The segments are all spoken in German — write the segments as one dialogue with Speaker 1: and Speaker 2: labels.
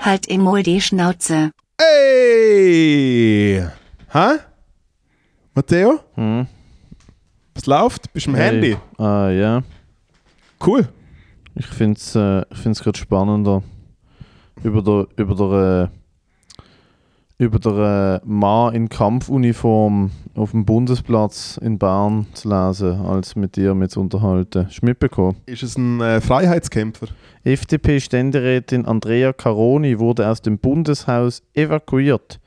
Speaker 1: Halt einmal die Schnauze.
Speaker 2: Hey! Hä? Matteo?
Speaker 3: Hm.
Speaker 2: Was läuft? Bist du am Handy?
Speaker 3: Ah ja.
Speaker 2: Cool.
Speaker 3: Ich finde es äh, ich find's gerade spannender. Über der, über der, äh, über der äh, Mann in Kampfuniform auf dem Bundesplatz in Bern zu lesen, als mit dir mit zu unterhalten. Hast du mitbekommen?
Speaker 2: Ist es ein äh, Freiheitskämpfer?
Speaker 3: FDP-Ständerätin Andrea Caroni wurde aus dem Bundeshaus evakuiert.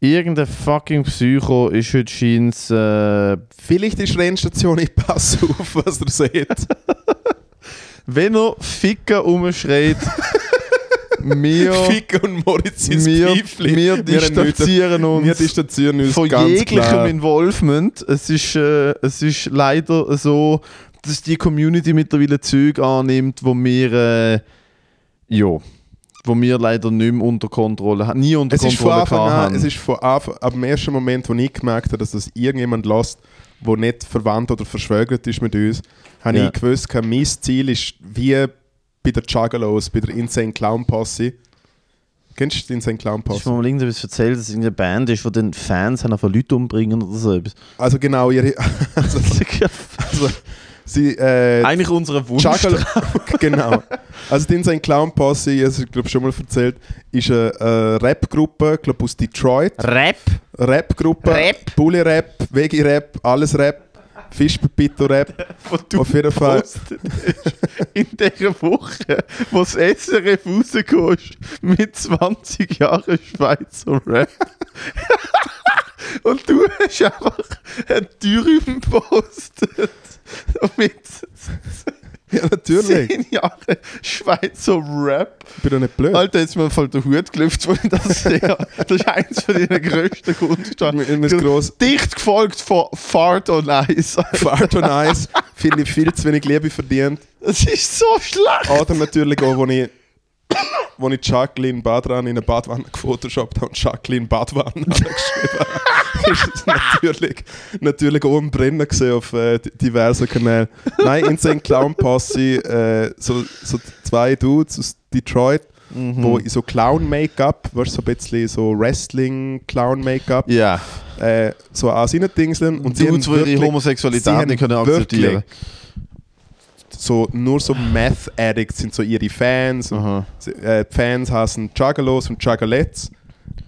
Speaker 3: Irgendein fucking Psycho ist heute scheins äh,
Speaker 2: Vielleicht ist Rennstation nicht pass auf, was ihr seht.
Speaker 3: Wenn er Ficker rumschreit, wir,
Speaker 2: Fick und Moritz ist
Speaker 3: wir,
Speaker 2: Pfeifli.
Speaker 3: wir
Speaker 2: haben nichts-
Speaker 3: distanzieren
Speaker 2: wir
Speaker 3: uns
Speaker 2: distanzieren uns
Speaker 3: von
Speaker 2: ganz
Speaker 3: jeglichem
Speaker 2: klar.
Speaker 3: Involvement. Es ist, äh, es ist leider so, dass die Community mittlerweile Züge annimmt, wo wir, äh, ja, wo wir leider nicht mehr unter Kontrolle haben. Nie unter
Speaker 2: Es ist, von
Speaker 3: Kontrolle
Speaker 2: Anfang an,
Speaker 3: haben.
Speaker 2: es ist von Anfang, ab dem ersten Moment, wo ich gemerkt habe, dass das irgendjemand lässt, der nicht verwandt oder verschwägert ist mit uns, habe
Speaker 3: Ja.
Speaker 2: ich gewusst, dass mein Ziel ist, wie bei der Juggalos, bei der Insane Clown Posse. Kennst du die Insane Clown
Speaker 3: Hast du
Speaker 2: Posse?
Speaker 3: mir mal irgendwas erzählt, dass es irgendeine Band ist, die den Fans haben, von Leute umbringen oder so etwas?
Speaker 2: Also genau, ihre, also, also, sie, äh,
Speaker 3: Eigentlich unsere Wunsch.
Speaker 2: Juggalo, genau. Also den sein Clown Posse, ich habe glaube schon mal erzählt, ist eine, eine Rap-Gruppe, glaube aus Detroit.
Speaker 3: Rap?
Speaker 2: Rap-Gruppe,
Speaker 3: Rap?
Speaker 2: Bully Rap, Veggie Rap, alles Rap, Fischpepito Rap.
Speaker 3: Wo du
Speaker 2: Auf jeden Fall.
Speaker 3: gepostet hast, in dieser Woche, wo das SRF rausgekommen ist, mit 20 Jahren Schweizer Rap. Und du hast einfach eine Tür gepostet mit
Speaker 2: Ja, natürlich.
Speaker 3: 10 Jahren Schweizer Rap.
Speaker 2: Ich bin doch nicht blöd.
Speaker 3: Alter, jetzt ist mir voll der Hut gelüpft, weil ich das sehe. Das ist eines von deinen grössten Kunststücken.
Speaker 2: Mir- mir ist gross-
Speaker 3: Dicht gefolgt von Fart on Ice.
Speaker 2: Fahrt und Eis, finde ich viel zu wenig Liebe verdient.
Speaker 3: Das ist so schlecht.
Speaker 2: Oder natürlich auch, wo ich, wo ich Jacqueline Badran in eine Badwanne gefotoshoppt habe und Jacqueline Badwanne geschrieben habe, ist es natürlich, natürlich auch ein Brenner gesehen auf äh, di- diversen Kanälen. Nein, Insane Clown Posse, äh, so, so zwei Dudes aus Detroit, wo
Speaker 3: Hm.
Speaker 2: in so Clown-Make-up, weißt du, so ein bisschen so Wrestling-Clown-Make-up,
Speaker 3: Ja.
Speaker 2: äh, so an seinen Dingseln. Und die
Speaker 3: Du
Speaker 2: haben
Speaker 3: zu ihre
Speaker 2: wirklich- sie
Speaker 3: Homosexualität
Speaker 2: haben
Speaker 3: nicht können akzeptieren.
Speaker 2: wirklich So, nur so Meth-Addicts sind so ihre Fans. Und
Speaker 3: Aha.
Speaker 2: sie, äh, die Fans hassen Juggalos und Juggalettes.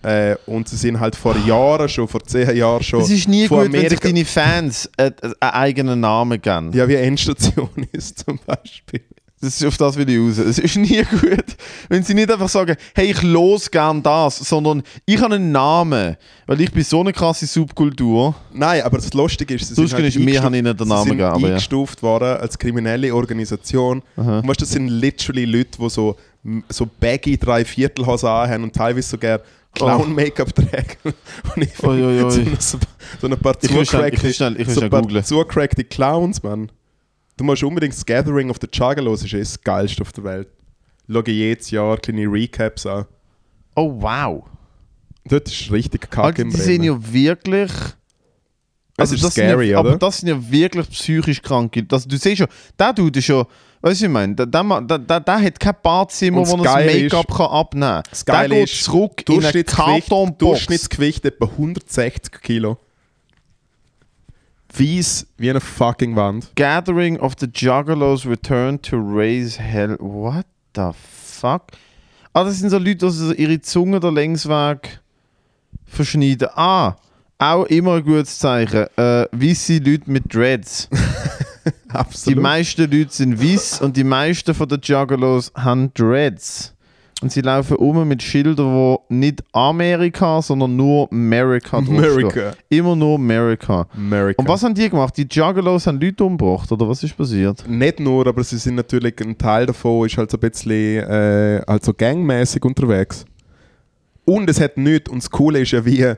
Speaker 2: Äh, und sie sind halt vor Jahren schon, vor zehn Jahren schon.
Speaker 3: Es ist nie
Speaker 2: von
Speaker 3: gut, wenn sich deine Fans äh, äh, einen eigenen Namen geben.
Speaker 2: Ja, wie Endstation ist zum Beispiel.
Speaker 3: Das ist auf das will ich raus. Es ist nie gut, wenn sie nicht einfach sagen, hey, ich los gern das, sondern ich habe einen Namen, weil ich bin so eine krasse Subkultur.
Speaker 2: Nein, aber das Lustige ist, sie halt
Speaker 3: Sonst ist- wir haben ihnen den Namen
Speaker 2: sie sind
Speaker 3: gegeben, aber ja.
Speaker 2: eingestuft worden als kriminelle Organisation. Und weißt, du, das sind literally Leute, die so, so baggy Dreiviertelhose anhaben und teilweise sogar Clown-Make-up tragen. Und ich
Speaker 3: Oh. Oi, oi, oi.
Speaker 2: So, ein- so ein paar
Speaker 3: Ich will schnell- ich will schnell- ich will
Speaker 2: so
Speaker 3: schnell
Speaker 2: ein paar
Speaker 3: googlen.
Speaker 2: zucrackte Clowns, Mann. Du musst unbedingt das Gathering of the Juggalos, ist eh das geilste auf der Welt. Schau ich jedes Jahr kleine Recaps an.
Speaker 3: Oh wow.
Speaker 2: Dort ist richtig kacke
Speaker 3: Also,
Speaker 2: im
Speaker 3: die sind
Speaker 2: Bremen.
Speaker 3: ja wirklich.
Speaker 2: Es ist
Speaker 3: sind
Speaker 2: scary,
Speaker 3: ja,
Speaker 2: oder?
Speaker 3: Aber Also das sind ja wirklich psychisch kranke. Das, du siehst ja, der Dude ist ja, weißt du, ich meine, der, der, Ma- der, der, der hat kein Badzimmer,
Speaker 2: Und das
Speaker 3: wo er das
Speaker 2: Geile ist-
Speaker 3: Make-up kann abnehmen kann.
Speaker 2: Das
Speaker 3: Der
Speaker 2: Geile
Speaker 3: geht
Speaker 2: ist,
Speaker 3: zurück in eine
Speaker 2: Durchschnittsgewicht,
Speaker 3: Kartonbox.
Speaker 2: Durchschnittsgewicht etwa 160 Kilo. Weiss wie eine fucking Wand.
Speaker 3: Gathering of the Juggalos return to raise hell. What the fuck? Ah, das sind so Leute, die so ihre Zunge der Längsweg verschneiden. Ah, auch immer ein gutes Zeichen. Äh, weisse Leute mit Dreads. Die
Speaker 2: Absolut.
Speaker 3: meisten Leute sind weiß und die meisten von den Juggalos haben Dreads. Und sie laufen um mit Schildern, wo nicht Amerika, sondern nur America draufsteht.
Speaker 2: America.
Speaker 3: Immer nur America.
Speaker 2: America.
Speaker 3: Und was haben die gemacht? Die Juggalos haben Leute umgebracht, oder was ist passiert?
Speaker 2: Nicht nur, aber sie sind natürlich, ein Teil davon ist halt so ein bisschen äh, halt so gangmäßig unterwegs. Und es hat nichts, und das Coole ist ja wie, die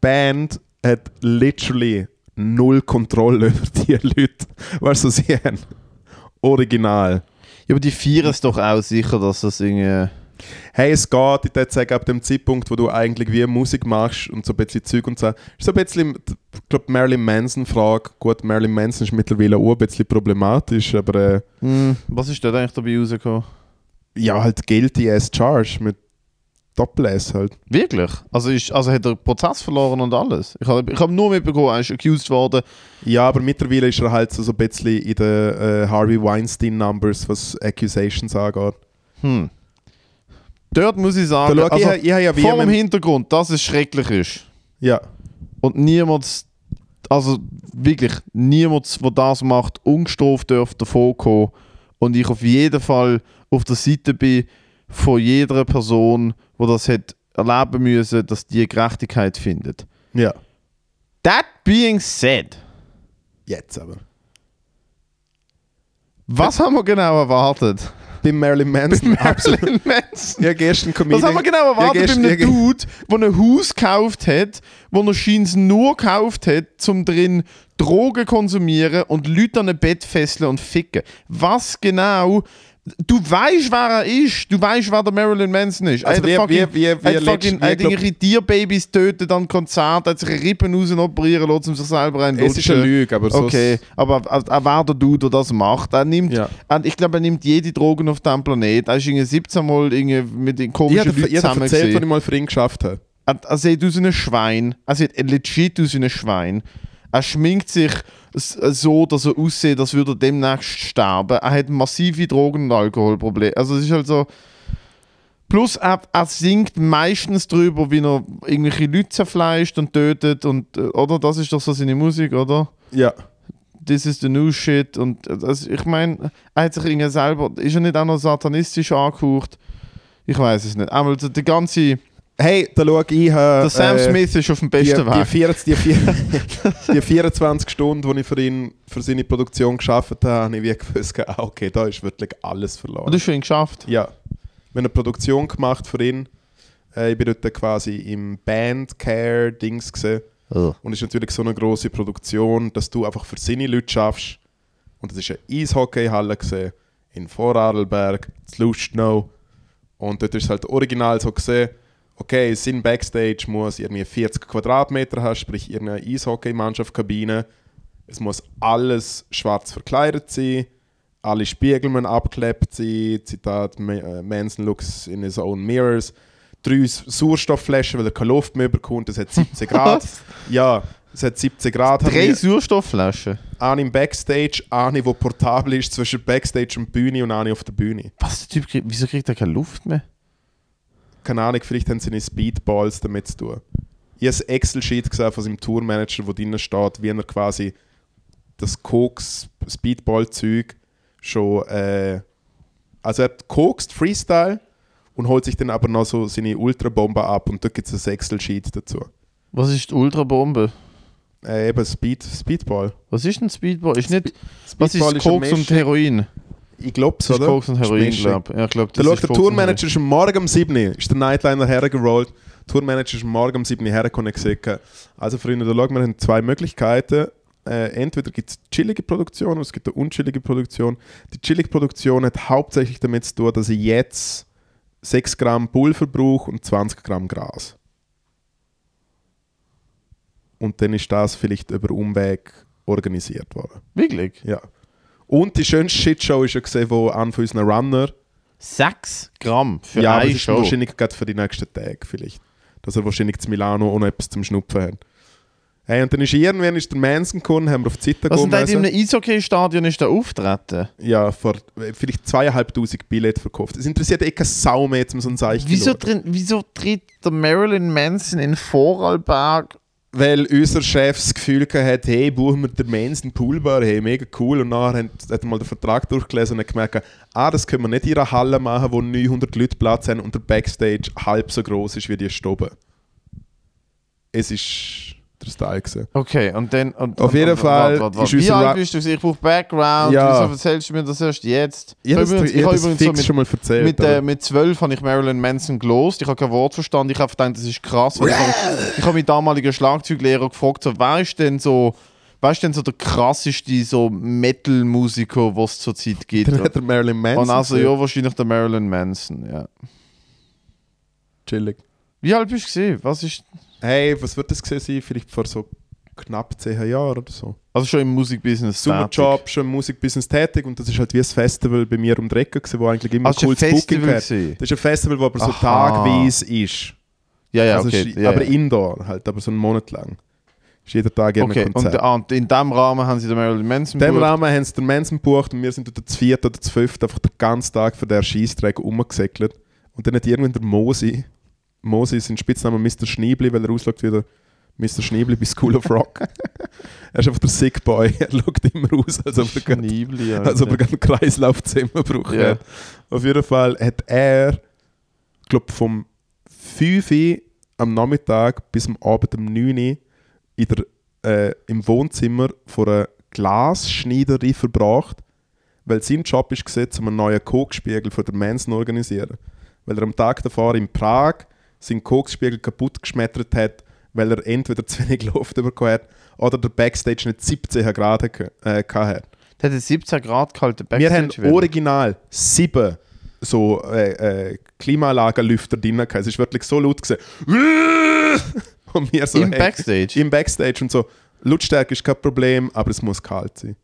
Speaker 2: Band hat literally null Kontrolle über die Leute. Weißt du, sie haben original.
Speaker 3: Ja, aber die feiern es doch auch sicher, dass das irgendwie.
Speaker 2: Hey, es geht, ich würde sagen, ab dem Zeitpunkt, wo du eigentlich wie Musik machst und so ein bisschen Zeug und so, ist so ein bisschen, ich glaube, Marilyn Manson-Frage. Gut, Marilyn Manson ist mittlerweile auch ein bisschen problematisch, aber äh,
Speaker 3: Hm, was ist dort eigentlich dabei rausgekommen?
Speaker 2: ja, halt guilty as charged mit Doppel-S halt.
Speaker 3: Wirklich? Also, ist, also hat er Prozess verloren und alles? Ich habe ich hab nur mitbekommen, er ist accused worden.
Speaker 2: Ja, aber mittlerweile ist er halt so, so ein bisschen in den äh, Harvey Weinstein-Numbers, was Accusations angeht.
Speaker 3: Hm. Dort muss ich
Speaker 2: Da
Speaker 3: sagen,
Speaker 2: schau, ich,
Speaker 3: also,
Speaker 2: ha- ich habe ja wie
Speaker 3: vor dem
Speaker 2: jemand-
Speaker 3: Hintergrund, dass es schrecklich ist.
Speaker 2: Ja.
Speaker 3: Und niemand, also wirklich, niemand, der das macht, ungestraft darf davon kommen. Und ich auf jeden Fall auf der Seite bin von jeder Person, die das hat erleben müssen, dass die Gerechtigkeit findet.
Speaker 2: Ja.
Speaker 3: That being said,
Speaker 2: Jetzt aber.
Speaker 3: was haben wir genau erwartet?
Speaker 2: Beim Marilyn Manson. absolut.
Speaker 3: Marilyn Manson.
Speaker 2: Ja, gestern Comedian.
Speaker 3: Was haben wir genau erwartet
Speaker 2: Ja, gest-
Speaker 3: bei einem
Speaker 2: ja, ge-
Speaker 3: Dude, der ein Haus gekauft hat, wo er scheins nur gekauft hat, zum drin Drogen konsumieren und Leute an ein Bett fesseln und ficken. Was genau? Du weißt, wer er ist. Du weißt, wer der Marilyn Manson ist.
Speaker 2: Also
Speaker 3: er
Speaker 2: wie-
Speaker 3: hat fucking,
Speaker 2: wie- wie- wie
Speaker 3: er hat
Speaker 2: letzt-
Speaker 3: fucking,
Speaker 2: wie,
Speaker 3: er hat
Speaker 2: glaub-
Speaker 3: irgendwelche Tierbabys tötet an Konzerten, hat sich Rippen raus operieren lassen, um sich selber einen
Speaker 2: Es ist
Speaker 3: lutschen.
Speaker 2: eine Lüge, aber so.
Speaker 3: Okay, aber er- er war der Dude, der das macht. Er nimmt,
Speaker 2: Ja.
Speaker 3: und ich glaube, er nimmt jede Drogen auf diesem Planet. Er ist irgendwie 17 Mal irgendwie mit den
Speaker 2: Ich
Speaker 3: komischen
Speaker 2: habe
Speaker 3: Leuten
Speaker 2: erzählt,
Speaker 3: zusammen
Speaker 2: was ich
Speaker 3: gesehen.
Speaker 2: mal für ihn geschafft habe.
Speaker 3: Er, er sieht aus wie ein Schwein. Er sieht legit aus wie ein Schwein. Er schminkt sich s- so, dass er aussieht, als würde er demnächst sterben. Er hat massive Drogen- und Alkoholprobleme. Also es ist halt so... Plus er, er singt meistens drüber, wie er irgendwelche Leute zerfleischt und tötet. Und, äh, oder? Das ist doch so seine Musik, oder?
Speaker 2: Ja.
Speaker 3: this is the new shit und äh, das, ich meine, er hat sich irgendwie selber, ist er nicht auch noch satanistisch angehaucht? Ich weiß es nicht. Einmal der, der ganze, äh,
Speaker 2: Hey, da schau ich.
Speaker 3: der
Speaker 2: Der
Speaker 3: Sam Smith ist auf dem
Speaker 2: Die, die,
Speaker 3: besten Weg.
Speaker 2: 40, die, 4 die 24 Stunden, die ich für ihn für seine Produktion geschafft habe, habe ich wie gewusst, ah, okay, da ist wirklich alles
Speaker 3: Und das
Speaker 2: verloren.
Speaker 3: ist für ihn geschafft.
Speaker 2: Ja. Wir haben eine Produktion gemacht für ihn. Äh, Ich bin dort quasi im Bandcare-Dings gesehen.
Speaker 3: Oh.
Speaker 2: Und es ist natürlich so eine große Produktion, dass du einfach für seine Leute schaffst. Und es war eine Eishockeyhalle gewesen, in Vorarlberg, in Lustnow. Und dort ist es halt original so gesehen, okay, sein Backstage muss irgendwie 40 Quadratmeter haben, sprich irgendeine Eishockeymannschaft-Kabine. Es muss alles schwarz verkleidet sein, alle Spiegel müssen abgeklebt sein, Zitat, Ma- äh, Manson looks in his own mirrors. Drei Sauerstoffflaschen, weil er keine Luft mehr bekommt, es hat 17 Grad. Ja, es hat 17 Grad. haben
Speaker 3: Drei
Speaker 2: wir-
Speaker 3: Sauerstoffflaschen.
Speaker 2: eine im Backstage, eine, wo portabel ist zwischen Backstage und Bühne und eine auf der Bühne.
Speaker 3: Was, der Typ, kriegt- wieso kriegt er keine Luft mehr?
Speaker 2: Keine Ahnung, vielleicht haben sie seine Speedballs damit zu tun. Ich habe ein Excel-Sheet gesehen von seinem Tourmanager, wo drinnen steht, wie er quasi das Koks-Speedball-Zeug schon. Äh, also er kokst Freestyle und holt sich dann aber noch so seine Ultrabombe ab und da gibt es ein Excel-Sheet dazu.
Speaker 3: Was ist die Ultrabombe?
Speaker 2: Äh, eben Speed, Speedball.
Speaker 3: Was ist ein Speedball? Ist nicht, was
Speaker 2: Speedball
Speaker 3: ist
Speaker 2: eine
Speaker 3: Koks und
Speaker 2: Mischung.
Speaker 3: Heroin?
Speaker 2: Ich glaube es,
Speaker 3: Das ist
Speaker 2: oder?
Speaker 3: Koks und
Speaker 2: Das ist
Speaker 3: Heroin,
Speaker 2: Mischung.
Speaker 3: glaube ich. Ja, ich glaub,
Speaker 2: Da
Speaker 3: das
Speaker 2: schaut
Speaker 3: ist
Speaker 2: der
Speaker 3: Koks und Heroin.
Speaker 2: Tourmanager ist am morgen um 7 Uhr, ist der Nightliner hergerollt. Der Tourmanager ist am morgen um 7 Uhr hergekommen und hat gesagt, also Freunde, da schaut man, wir haben zwei Möglichkeiten. Äh, entweder gibt es chillige Produktion oder es gibt eine unchillige Produktion. Die chillige Produktion hat hauptsächlich damit zu tun, dass ich jetzt 6 Gramm Pulver brauche und 20 Gramm Gras. Und dann ist das vielleicht über Umweg organisiert worden.
Speaker 3: Wirklich?
Speaker 2: Ja. Und die schönste Shitshow ist ja gesehen, wo einer von unseren Runner
Speaker 3: Sechs Gramm für
Speaker 2: ja, aber
Speaker 3: eine
Speaker 2: es ist
Speaker 3: Show.
Speaker 2: wahrscheinlich gerade für die nächsten Tage vielleicht. Dass er wahrscheinlich zu Milano ohne etwas zum Schnupfen hat. Hey, und dann ist irgendwann ist der Manson gekommen, haben wir auf die Seite
Speaker 3: Was sind da in
Speaker 2: gelesen.
Speaker 3: einem Eishockey-Stadion ist da auftreten?
Speaker 2: Ja, vor äh, vielleicht zweieinhalbtausend Billett verkauft. Es interessiert eh keine Sau mehr, jetzt um so ein Zeichen
Speaker 3: Wieso,
Speaker 2: zu schauen.
Speaker 3: drin, wieso tritt der Marilyn Manson in Vorarlberg?
Speaker 2: Weil unser Chef das Gefühl hat, hey, buchen wir den Manson Poolbar, hey, mega cool. Und nachher haben- hat er mal den Vertrag durchgelesen und hat gemerkt, ah, das können wir nicht in einer Halle machen, wo 900 Leute Platz haben und der Backstage halb so groß ist wie die Stube. Es ist der Style gewesen.
Speaker 3: Okay, und dann. Und,
Speaker 2: Auf
Speaker 3: und,
Speaker 2: jeden
Speaker 3: und,
Speaker 2: Fall
Speaker 3: Warte, warte, warte.
Speaker 2: ist
Speaker 3: Wie
Speaker 2: unser
Speaker 3: alt
Speaker 2: Ra-
Speaker 3: bist du? Ich brauche Background.
Speaker 2: Ja.
Speaker 3: Wieso erzählst du mir das erst jetzt?
Speaker 2: Ich habe das,
Speaker 3: Übrigens-
Speaker 2: ich hab
Speaker 3: habe
Speaker 2: das
Speaker 3: übrigens
Speaker 2: fix
Speaker 3: so
Speaker 2: schon mal erzählt.
Speaker 3: mit, mit,
Speaker 2: aber-
Speaker 3: äh, mit 12 habe ich Marilyn Manson gelost. Ich habe kein Wort verstanden. Ich habe gedacht, das ist krass. weil Ich habe, ich habe meinen damaligen Schlagzeuglehrer gefragt, so, wer ist denn so. Wer ist denn so der krasseste so Metal-Musiker, was es zurzeit gibt?
Speaker 2: dann hat der Marilyn Manson.
Speaker 3: Und also,
Speaker 2: gesehen.
Speaker 3: ja, wahrscheinlich der Marilyn Manson, ja.
Speaker 2: chillig.
Speaker 3: Wie alt bist du? gewesen? Was ist.
Speaker 2: Hey, was wird das gewesen sein? Vielleicht vor so knapp 10 Jahren oder so.
Speaker 3: Also schon im Musikbusiness. tätig.
Speaker 2: Sommerjob, schon im Musikbusiness tätig und das ist halt wie ein Festival bei mir um die Ecke gewesen, wo eigentlich immer
Speaker 3: Also
Speaker 2: cooles
Speaker 3: ein
Speaker 2: Booking
Speaker 3: Festival
Speaker 2: hat. Das
Speaker 3: gewesen?
Speaker 2: ist ein Festival, wo aber so
Speaker 3: Aha.
Speaker 2: tagweise ist.
Speaker 3: Ja, ja,
Speaker 2: Also
Speaker 3: okay.
Speaker 2: ist
Speaker 3: ja,
Speaker 2: aber
Speaker 3: ja.
Speaker 2: indoor halt, aber so einen Monat lang. Ist jeden Tag immer
Speaker 3: okay.
Speaker 2: ein
Speaker 3: Und,
Speaker 2: Konzert.
Speaker 3: ah, und in diesem Rahmen haben sie den Marilyn Manson
Speaker 2: in dem
Speaker 3: gebucht.
Speaker 2: Rahmen haben sie den Manson gebucht und wir sind dort zu viert oder zu fünft einfach den ganzen Tag für diesen Scheissdreck rumgesäckelt. Und dann hat irgendwann der Mosi, Mosi ist sein Spitzname Mr. Schneebli, weil er aussieht wie der Mr. Schneebli bei School of Rock. er ist einfach der Sick Boy, er schaut immer aus, als ob er gerade
Speaker 3: Schneebli, Alter.
Speaker 2: also ob er gerade einen Kreislaufzusammenbruch
Speaker 3: Ja.
Speaker 2: hat. Auf jeden Fall hat er, glaube vom 5 Uhr am Nachmittag bis am Abend um 9 Uhr in der, äh, im Wohnzimmer vor einer Glasschneiderei verbracht, weil sein Job ist gesetzt, um einen neuen Kokspiegel für den Manson zu organisieren. Weil er am Tag davor in Prag seinen Kokspiegel kaputt geschmettert hat, weil er entweder zu wenig Luft bekommen hat oder der Backstage nicht 17 Grad hatte. Äh, gehabt hat.
Speaker 3: Der hat 17 Grad kalten
Speaker 2: Äh, Wir
Speaker 3: Backstage.
Speaker 2: haben original sieben so äh, äh, Klimaanlagenlüfter drin gehabt. Es ist wirklich so laut gewesen. Und wir so,
Speaker 3: Im
Speaker 2: hey,
Speaker 3: Backstage?
Speaker 2: Im Backstage und so. Lautstärke ist kein Problem, aber es muss kalt sein.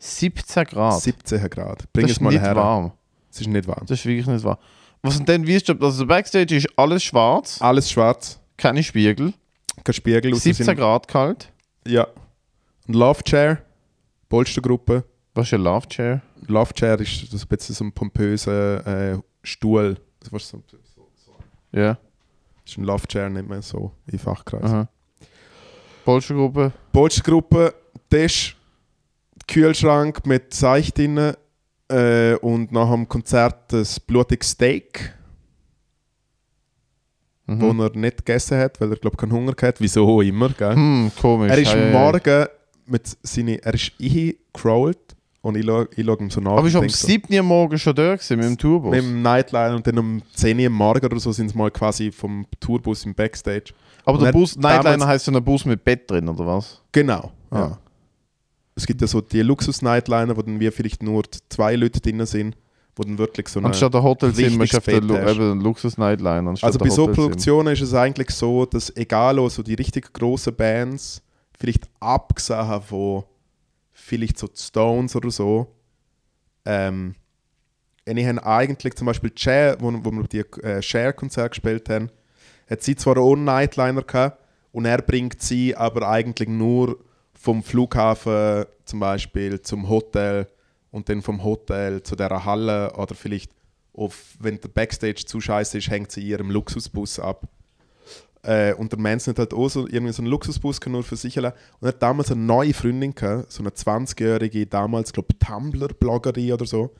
Speaker 3: 17 Grad.
Speaker 2: 17 Grad. Bring
Speaker 3: Ah. das
Speaker 2: es
Speaker 3: ist
Speaker 2: mal
Speaker 3: nicht
Speaker 2: her.
Speaker 3: warm.
Speaker 2: Es ist nicht warm.
Speaker 3: Das ist wirklich nicht wahr. Was denn dann wirst du, also der Backstage ist alles schwarz,
Speaker 2: Alles schwarz,
Speaker 3: keine Spiegel,
Speaker 2: kein Spiegel. außer
Speaker 3: 17
Speaker 2: sind-
Speaker 3: Grad kalt.
Speaker 2: Ja. Und Love Chair, Polstergruppe.
Speaker 3: Was ist ein Love Chair?
Speaker 2: Love Chair ist das ein bisschen so ein pompöser äh, Stuhl. Das ist so-
Speaker 3: Ja.
Speaker 2: ist ein Love Chair, nicht mehr so in Fachkreisen.
Speaker 3: Aha. Polstergruppe.
Speaker 2: Polstergruppe, Tisch, Kühlschrank mit Seicht drin äh, und nach dem Konzert ein blutiges Steak,
Speaker 3: Mhm.
Speaker 2: das er nicht gegessen hat, weil er glaube keinen Hunger hatte. Wieso auch immer, gell?
Speaker 3: Hm, komisch.
Speaker 2: Er ist
Speaker 3: Ja, ja, ja.
Speaker 2: morgen mit seine, er ist eingecrawlt und ich schaue ich schaue ihm so nach.
Speaker 3: Aber
Speaker 2: und
Speaker 3: ich war am
Speaker 2: denk so,
Speaker 3: 7. Uhr morgen schon da gewesen, mit dem Tourbus.
Speaker 2: mit dem Nightline und dann um 10 Uhr am Morgen oder so sind sie mal quasi vom Tourbus im Backstage.
Speaker 3: Aber
Speaker 2: Und
Speaker 3: der
Speaker 2: hat
Speaker 3: Bus, Nightliner
Speaker 2: damals-
Speaker 3: heisst so ein Bus mit Bett drin, oder was?
Speaker 2: Genau. Ja.
Speaker 3: Ah.
Speaker 2: Es gibt ja so die Luxus-Nightliner, wo dann wir vielleicht nur zwei Leute drin sind, wo dann wirklich so eine.
Speaker 3: Anstatt der Hotelzimmer
Speaker 2: Richtiges
Speaker 3: ist auf der
Speaker 2: Bett
Speaker 3: Lu
Speaker 2: hast.
Speaker 3: eben ein Luxus-Nightliner. anstatt
Speaker 2: Also
Speaker 3: der
Speaker 2: bei so
Speaker 3: Hotelzimmer.
Speaker 2: Produktionen ist es eigentlich so, dass egal, wo so die richtig großen Bands, vielleicht abgesehen von vielleicht so die Stones oder so, ähm, und ich habe eigentlich zum Beispiel Cher, wo, wo wir die äh, Cher-Konzert gespielt haben, hat sie zwar einen Nightliner gehabt und er bringt sie aber eigentlich nur vom Flughafen zum Beispiel zum Hotel und dann vom Hotel zu der Halle oder vielleicht auf, wenn der Backstage zu scheiße ist, hängt sie in ihrem Luxusbus ab. Äh, und der Manson hat halt auch so, irgendwie so einen Luxusbus gehabt, nur für sich allein. Und hat damals eine neue Freundin gehabt, so eine 20-jährige, damals, glaube ich, Tumblr-Bloggerin oder so.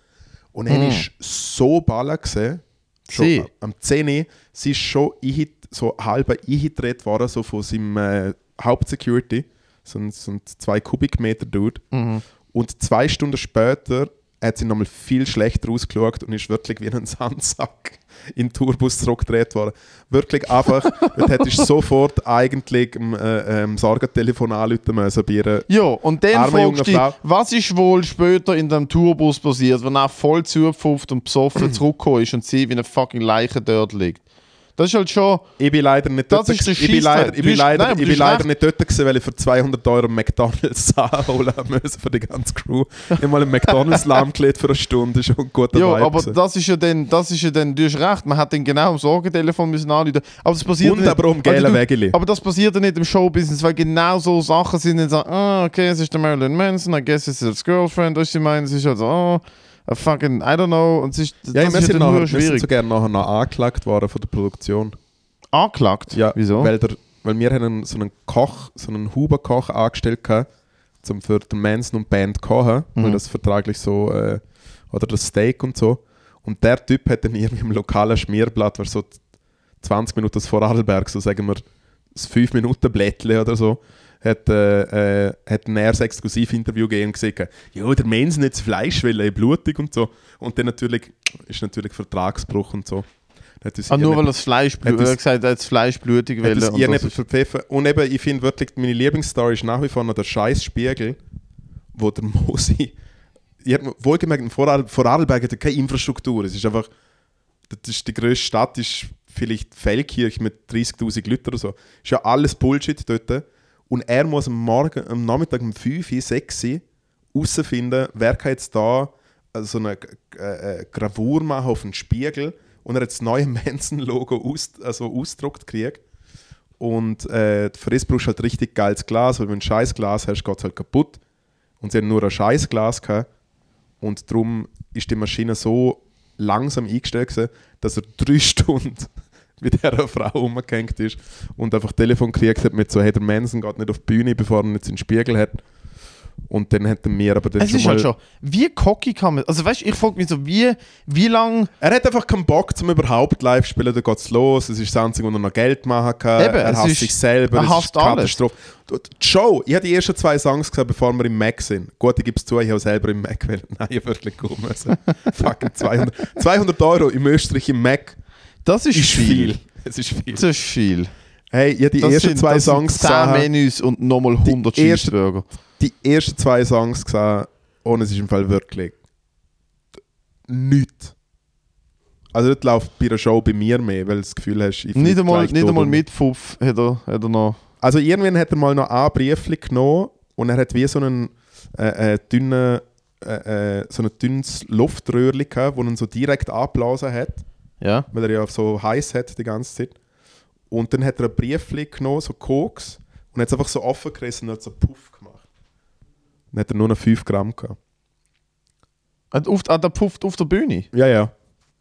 Speaker 2: Und er ist so ballert gesehen. Schon
Speaker 3: Sie?
Speaker 2: am- Am 10. Uhr, sie ist schon einge- so halb eingedreht worden, so von seinem äh, Hauptsecurity. So ein, so ein 2 Kubikmeter Dude. Und zwei Stunden später hat sie nochmal viel schlechter ausgeschaut und ist wirklich wie ein Sandsack in den Tourbus zurückgedreht worden. Wirklich einfach, dort hättest du sofort eigentlich dem äh, ähm, Sorgentelefon anrufen müssen bei ihrer
Speaker 3: Ja, und dann
Speaker 2: Arme
Speaker 3: fragst du dich,
Speaker 2: junge Frau.
Speaker 3: was ist wohl später in dem Tourbus passiert, wenn er voll zugepfupft und besoffen zurückgekommen ist und sie wie eine fucking Leiche dort liegt? Das ist halt schon.
Speaker 2: Ich bin leider nicht
Speaker 3: Das
Speaker 2: dort.
Speaker 3: ist der
Speaker 2: gewesen. ich bin leider,
Speaker 3: Scheissdreck. Du
Speaker 2: ich bin
Speaker 3: hast-
Speaker 2: leider,
Speaker 3: nein,
Speaker 2: ich
Speaker 3: aber du
Speaker 2: bin
Speaker 3: hast
Speaker 2: leider
Speaker 3: recht.
Speaker 2: nicht dort gewesen, weil ich für 200 Euro McDonalds holen musste für die ganze Crew. Ich habe mal einen McDonalds lahmgelegt für eine Stunde, ist schon ein guter
Speaker 3: Ja,
Speaker 2: Vibe
Speaker 3: aber
Speaker 2: gewesen.
Speaker 3: das ist ja dann, das ist ja dann, du hast recht, man hat dann genau am Sorgentelefon müssen anrufen. Aber das passiert
Speaker 2: Und
Speaker 3: ja nicht.
Speaker 2: aber um
Speaker 3: Alter,
Speaker 2: geile
Speaker 3: du-
Speaker 2: Wägeli.
Speaker 3: Aber das passiert ja nicht im Showbusiness, weil genau so Sachen sind dann so, ah, okay, es ist der Marilyn Manson, I guess it's his girlfriend, weißt du, ich meine, es ist halt so, oh, a fucking, I don't know, und es ist,
Speaker 2: Ja,
Speaker 3: das
Speaker 2: wir
Speaker 3: ist ja
Speaker 2: sind,
Speaker 3: dann
Speaker 2: nachher,
Speaker 3: nur
Speaker 2: wir sind
Speaker 3: schwierig.
Speaker 2: so gerne nachher noch angeklagt worden von der Produktion.
Speaker 3: Angeklagt?
Speaker 2: Ja,
Speaker 3: Wieso?
Speaker 2: Weil, der, weil wir haben einen- so einen Koch, so einen Huber-Koch angestellt gehabt, zum für den Manson und die Band kochen,
Speaker 3: Mhm.
Speaker 2: weil das vertraglich so, äh, oder das Steak und so. Und der Typ hat dann irgendwie im lokalen Schmierblatt, war so 20 Minuten vor Adelberg, so sagen wir, das 5 minuten blättle oder so, hat, äh, äh, hat ein erstes Exklusivinterview gegeben und gesagt, ja, der Manson hat das Fleisch, weil er blutig und so. Und dann natürlich, ist natürlich Vertragsbruch und so. Dann hat uns
Speaker 3: Ah, nur
Speaker 2: irgendein-
Speaker 3: weil das Fleisch blutig,
Speaker 2: Hat das-
Speaker 3: er hat gesagt, er hat das Fleisch blutig
Speaker 2: hat
Speaker 3: wollen
Speaker 2: das
Speaker 3: und
Speaker 2: ihr
Speaker 3: das
Speaker 2: nicht
Speaker 3: ist-
Speaker 2: verpfiffen. Und eben, ich finde wirklich, meine Lieblingsstory ist nach wie vor noch der scheiß Spiegel, wo der Mosi. Ihr habt Wohlgemerkt, in Vorarl Vorarlberg hat ja keine Infrastruktur. Es ist einfach. Das ist die grösste Stadt ist vielleicht Feldkirch mit 30'000 Leuten oder so. Ist ja alles Bullshit dort. Und er muss am, Morgen, am Nachmittag um 5, 6 Uhr herausfinden, wer kann jetzt da äh, so eine äh, äh, Gravur machen auf den Spiegel. Und er hat das neue Manson-Logo aus, also ausgedruckt gekriegt. Und äh, für das brauchst du halt richtig geiles Glas, weil wenn du ein scheiß Glas hast, geht es halt kaputt. Und sie hatten nur ein scheiß Glas gehabt. Und darum ist die Maschine so langsam eingestellt, gewesen, dass er drei Stunden mit dieser Frau umgehängt ist und einfach Telefon gekriegt hat mit so, hey, der Manson geht nicht auf die Bühne, bevor er jetzt in den Spiegel hat. Und dann hat er mir aber dann
Speaker 3: Es
Speaker 2: schon
Speaker 3: ist
Speaker 2: mal...
Speaker 3: halt schon, wie cocky kann man, also weißt du, ich frage mich so, wie, wie lang,
Speaker 2: Er hat einfach keinen Bock, zum überhaupt live zu spielen, da geht es los, es ist das Einzige, wo er noch Geld machen kann,
Speaker 3: Eben,
Speaker 2: er
Speaker 3: es
Speaker 2: hasst
Speaker 3: ist-
Speaker 2: sich selber,
Speaker 3: er
Speaker 2: es
Speaker 3: hasst
Speaker 2: ist
Speaker 3: alles.
Speaker 2: Katastrophe. Du- Die Show, ich habe die ersten zwei Songs gesehen, bevor wir im Mac sind. Gut, ich gebe es zu, ich habe selber im Mac wollen. Nein, ich wirklich gut müssen. Fucking 200, 200 Euro im Österreich im Mac
Speaker 3: das ist,
Speaker 2: ist
Speaker 3: viel.
Speaker 2: viel. Es ist viel.
Speaker 3: Das ist viel.
Speaker 2: Hey, ich habe die ersten zwei
Speaker 3: das
Speaker 2: Songs
Speaker 3: sind 10
Speaker 2: gesehen.
Speaker 3: Menüs und nochmal 100
Speaker 2: Die erste-
Speaker 3: Cheeseburger.
Speaker 2: Die ersten zwei Songs gesehen und es ist im Fall wirklich nichts. Also das läuft bei einer Show bei mir mehr, weil du das Gefühl hast, ich flieg
Speaker 3: Nicht einmal,
Speaker 2: gleich
Speaker 3: nicht
Speaker 2: tot
Speaker 3: einmal
Speaker 2: um.
Speaker 3: mit Pfupf hat er, hat er noch.
Speaker 2: Also irgendwann hat er mal noch einen Briefli genommen und er hat wie so einen äh, äh, dünnen äh, äh, so ein dünnes Luftröhrli gehabt, wo er ihn so direkt abblasen hat,
Speaker 3: Ja.
Speaker 2: weil er ja so heiß hat die ganze Zeit. Und dann hat er einen Briefli genommen, so Koks, und hat es einfach so offen gerissen und hat so Puff gemacht. Dann hat er nur noch 5 Gramm gehabt.
Speaker 3: Hat auf, hat er pfupft auf der Bühne.
Speaker 2: Ja, ja.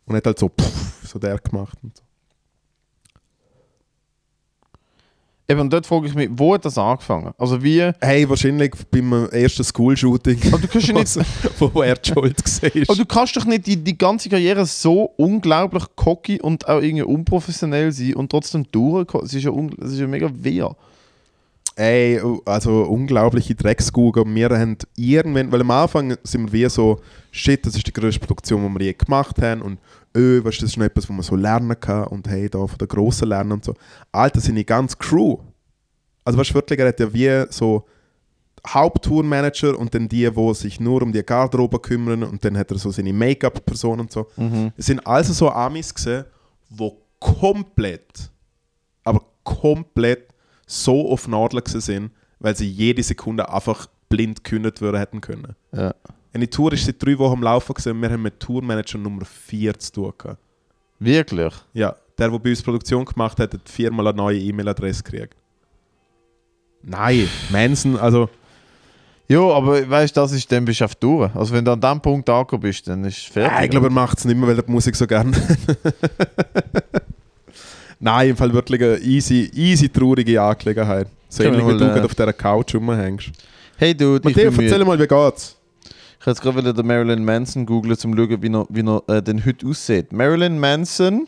Speaker 2: Und hat halt so Puff, so der gemacht. Und so.
Speaker 3: Eben, und dort frage ich mich, wo hat das angefangen? Also wie, aber
Speaker 2: Hey, wahrscheinlich beim ersten School-Shooting,
Speaker 3: du kannst ja nicht,
Speaker 2: wo wo er die Schuld war.
Speaker 3: aber du kannst doch nicht die, die ganze Karriere so unglaublich cocky und auch irgendwie unprofessionell sein und trotzdem durchkommen. Es ist ja, un- es ist ja mega wehr.
Speaker 2: Ey, also unglaubliche Drecksgugel. Wir haben irgendwann, weil am Anfang sind wir wie so, shit, das ist die grösste Produktion, die wir je gemacht haben und öh, weißt, du, das ist noch etwas, was man so lernen kann und hey, da von der Grossen lernen und so. Alter, seine ganze Crew. Also weißt du, wirklich, er hat ja wie so Haupttourmanager und dann die, die sich nur um die Garderobe kümmern und dann hat er so seine Make-up-Person und so. Es sind also so Amis gesehen, wo komplett, aber komplett so auf Nadel gewesen sind, weil sie jede Sekunde einfach blind gekündigt werden hätten können.
Speaker 3: Ja.
Speaker 2: Eine Tour ist seit drei Wochen am Laufen gewesen und wir haben mit Tourmanager Nummer 4 zu tun gehabt.
Speaker 3: Wirklich?
Speaker 2: Ja, der, der bei uns Produktion gemacht hat, hat viermal eine neue E-Mail-Adresse gekriegt. Nein, Manson, also
Speaker 3: Ja, aber weißt du, das ist, dann bist du auf durch. Also wenn du an dem Punkt angekommen bist, dann ist es fertig.
Speaker 2: Äh, ich glaube, er macht es nicht mehr, weil er die Musik so gerne. Nein, im Fall wirklich eine easy, easy traurige Angelegenheit. So
Speaker 3: Können wir
Speaker 2: ähnlich wie
Speaker 3: mal,
Speaker 2: du
Speaker 3: äh,
Speaker 2: gerade auf dieser Couch rumhängst.
Speaker 3: hey Dude, ich bin
Speaker 2: Matteo,
Speaker 3: müde.
Speaker 2: erzähl mal, wie geht's?
Speaker 3: Ich habe jetzt gerade wieder den Marilyn Manson googeln, um zu schauen, wie er, wie er äh, den heute aussieht. Marilyn Manson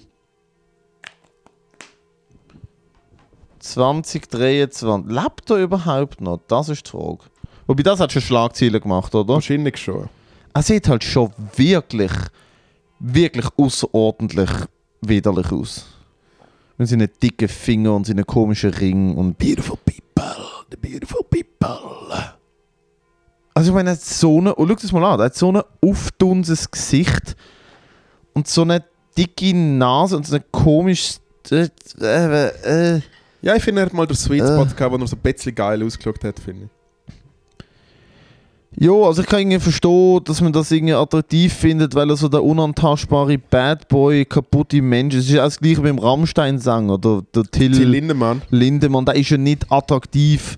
Speaker 3: 2023. Lebt er überhaupt noch? Das ist die Frage. Wobei, das hat schon Schlagzeilen gemacht, oder?
Speaker 2: Wahrscheinlich schon.
Speaker 3: Er sieht halt schon wirklich, wirklich außerordentlich widerlich aus. Mit seinen dicken Fingern und seinen komischen Ringen und...
Speaker 2: Beautiful people, the beautiful people.
Speaker 3: Also ich meine, er hat so eine, oh, schau das mal an, er hat so ein auftunses Gesicht und so eine dicke Nase und so ein komisches... Äh, äh, äh.
Speaker 2: Ja, ich finde, er hat mal den Sweet
Speaker 3: Äh.
Speaker 2: Spot gehabt, wo er so ein bisschen geil ausgeschaut hat, finde ich.
Speaker 3: Ja, also ich kann irgendwie verstehen, dass man das irgendwie attraktiv findet, weil er so der unantastbare Bad Boy, kaputte Mensch ist. Es ist ja auch das gleiche beim Rammstein-Sänger, der, der Till,
Speaker 2: Till Lindemann.
Speaker 3: Lindemann. Der ist ja nicht attraktiv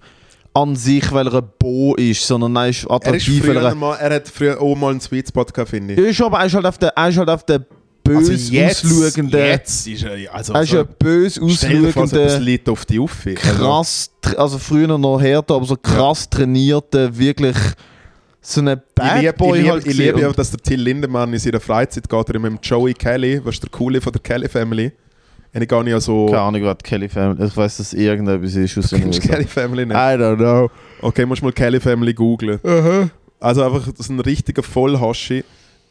Speaker 3: an sich, weil er ein Bo ist, sondern er ist
Speaker 2: Er, ist
Speaker 3: attraktiv, weil er...
Speaker 2: früher mal, er hat früher auch mal einen Sweet Spot gehabt, finde ich. Also
Speaker 3: Ja, ist aber er ist halt auf der, er ist halt auf der böse ausschauenden-
Speaker 2: jetzt ist er... Also,
Speaker 3: Er ist ein bös
Speaker 2: stell dir vor, so etwas
Speaker 3: ausschauender,
Speaker 2: liegt auf die Uffi. Also
Speaker 3: krass, tra- also früher noch härter, aber so krass trainierter, wirklich so ein
Speaker 2: Ich
Speaker 3: Bad
Speaker 2: liebe, ich
Speaker 3: Boy
Speaker 2: liebe,
Speaker 3: halt
Speaker 2: ich liebe
Speaker 3: gesehen.
Speaker 2: ja, dass der Till Lindemann in seiner Freizeit geht er immer mit dem Joey Kelly, was ist der Coole von der Kelly Family. Und ich gehe ja so.
Speaker 3: Keine Ahnung, was die Kelly Family, ich weiß, dass irgendetwas ist aus den
Speaker 2: Kennst du
Speaker 3: USA.
Speaker 2: Kelly Family
Speaker 3: I
Speaker 2: nicht?
Speaker 3: don't know.
Speaker 2: Okay, musst mal Kelly Family googlen. Also einfach das ist ein richtiger Vollhaschi.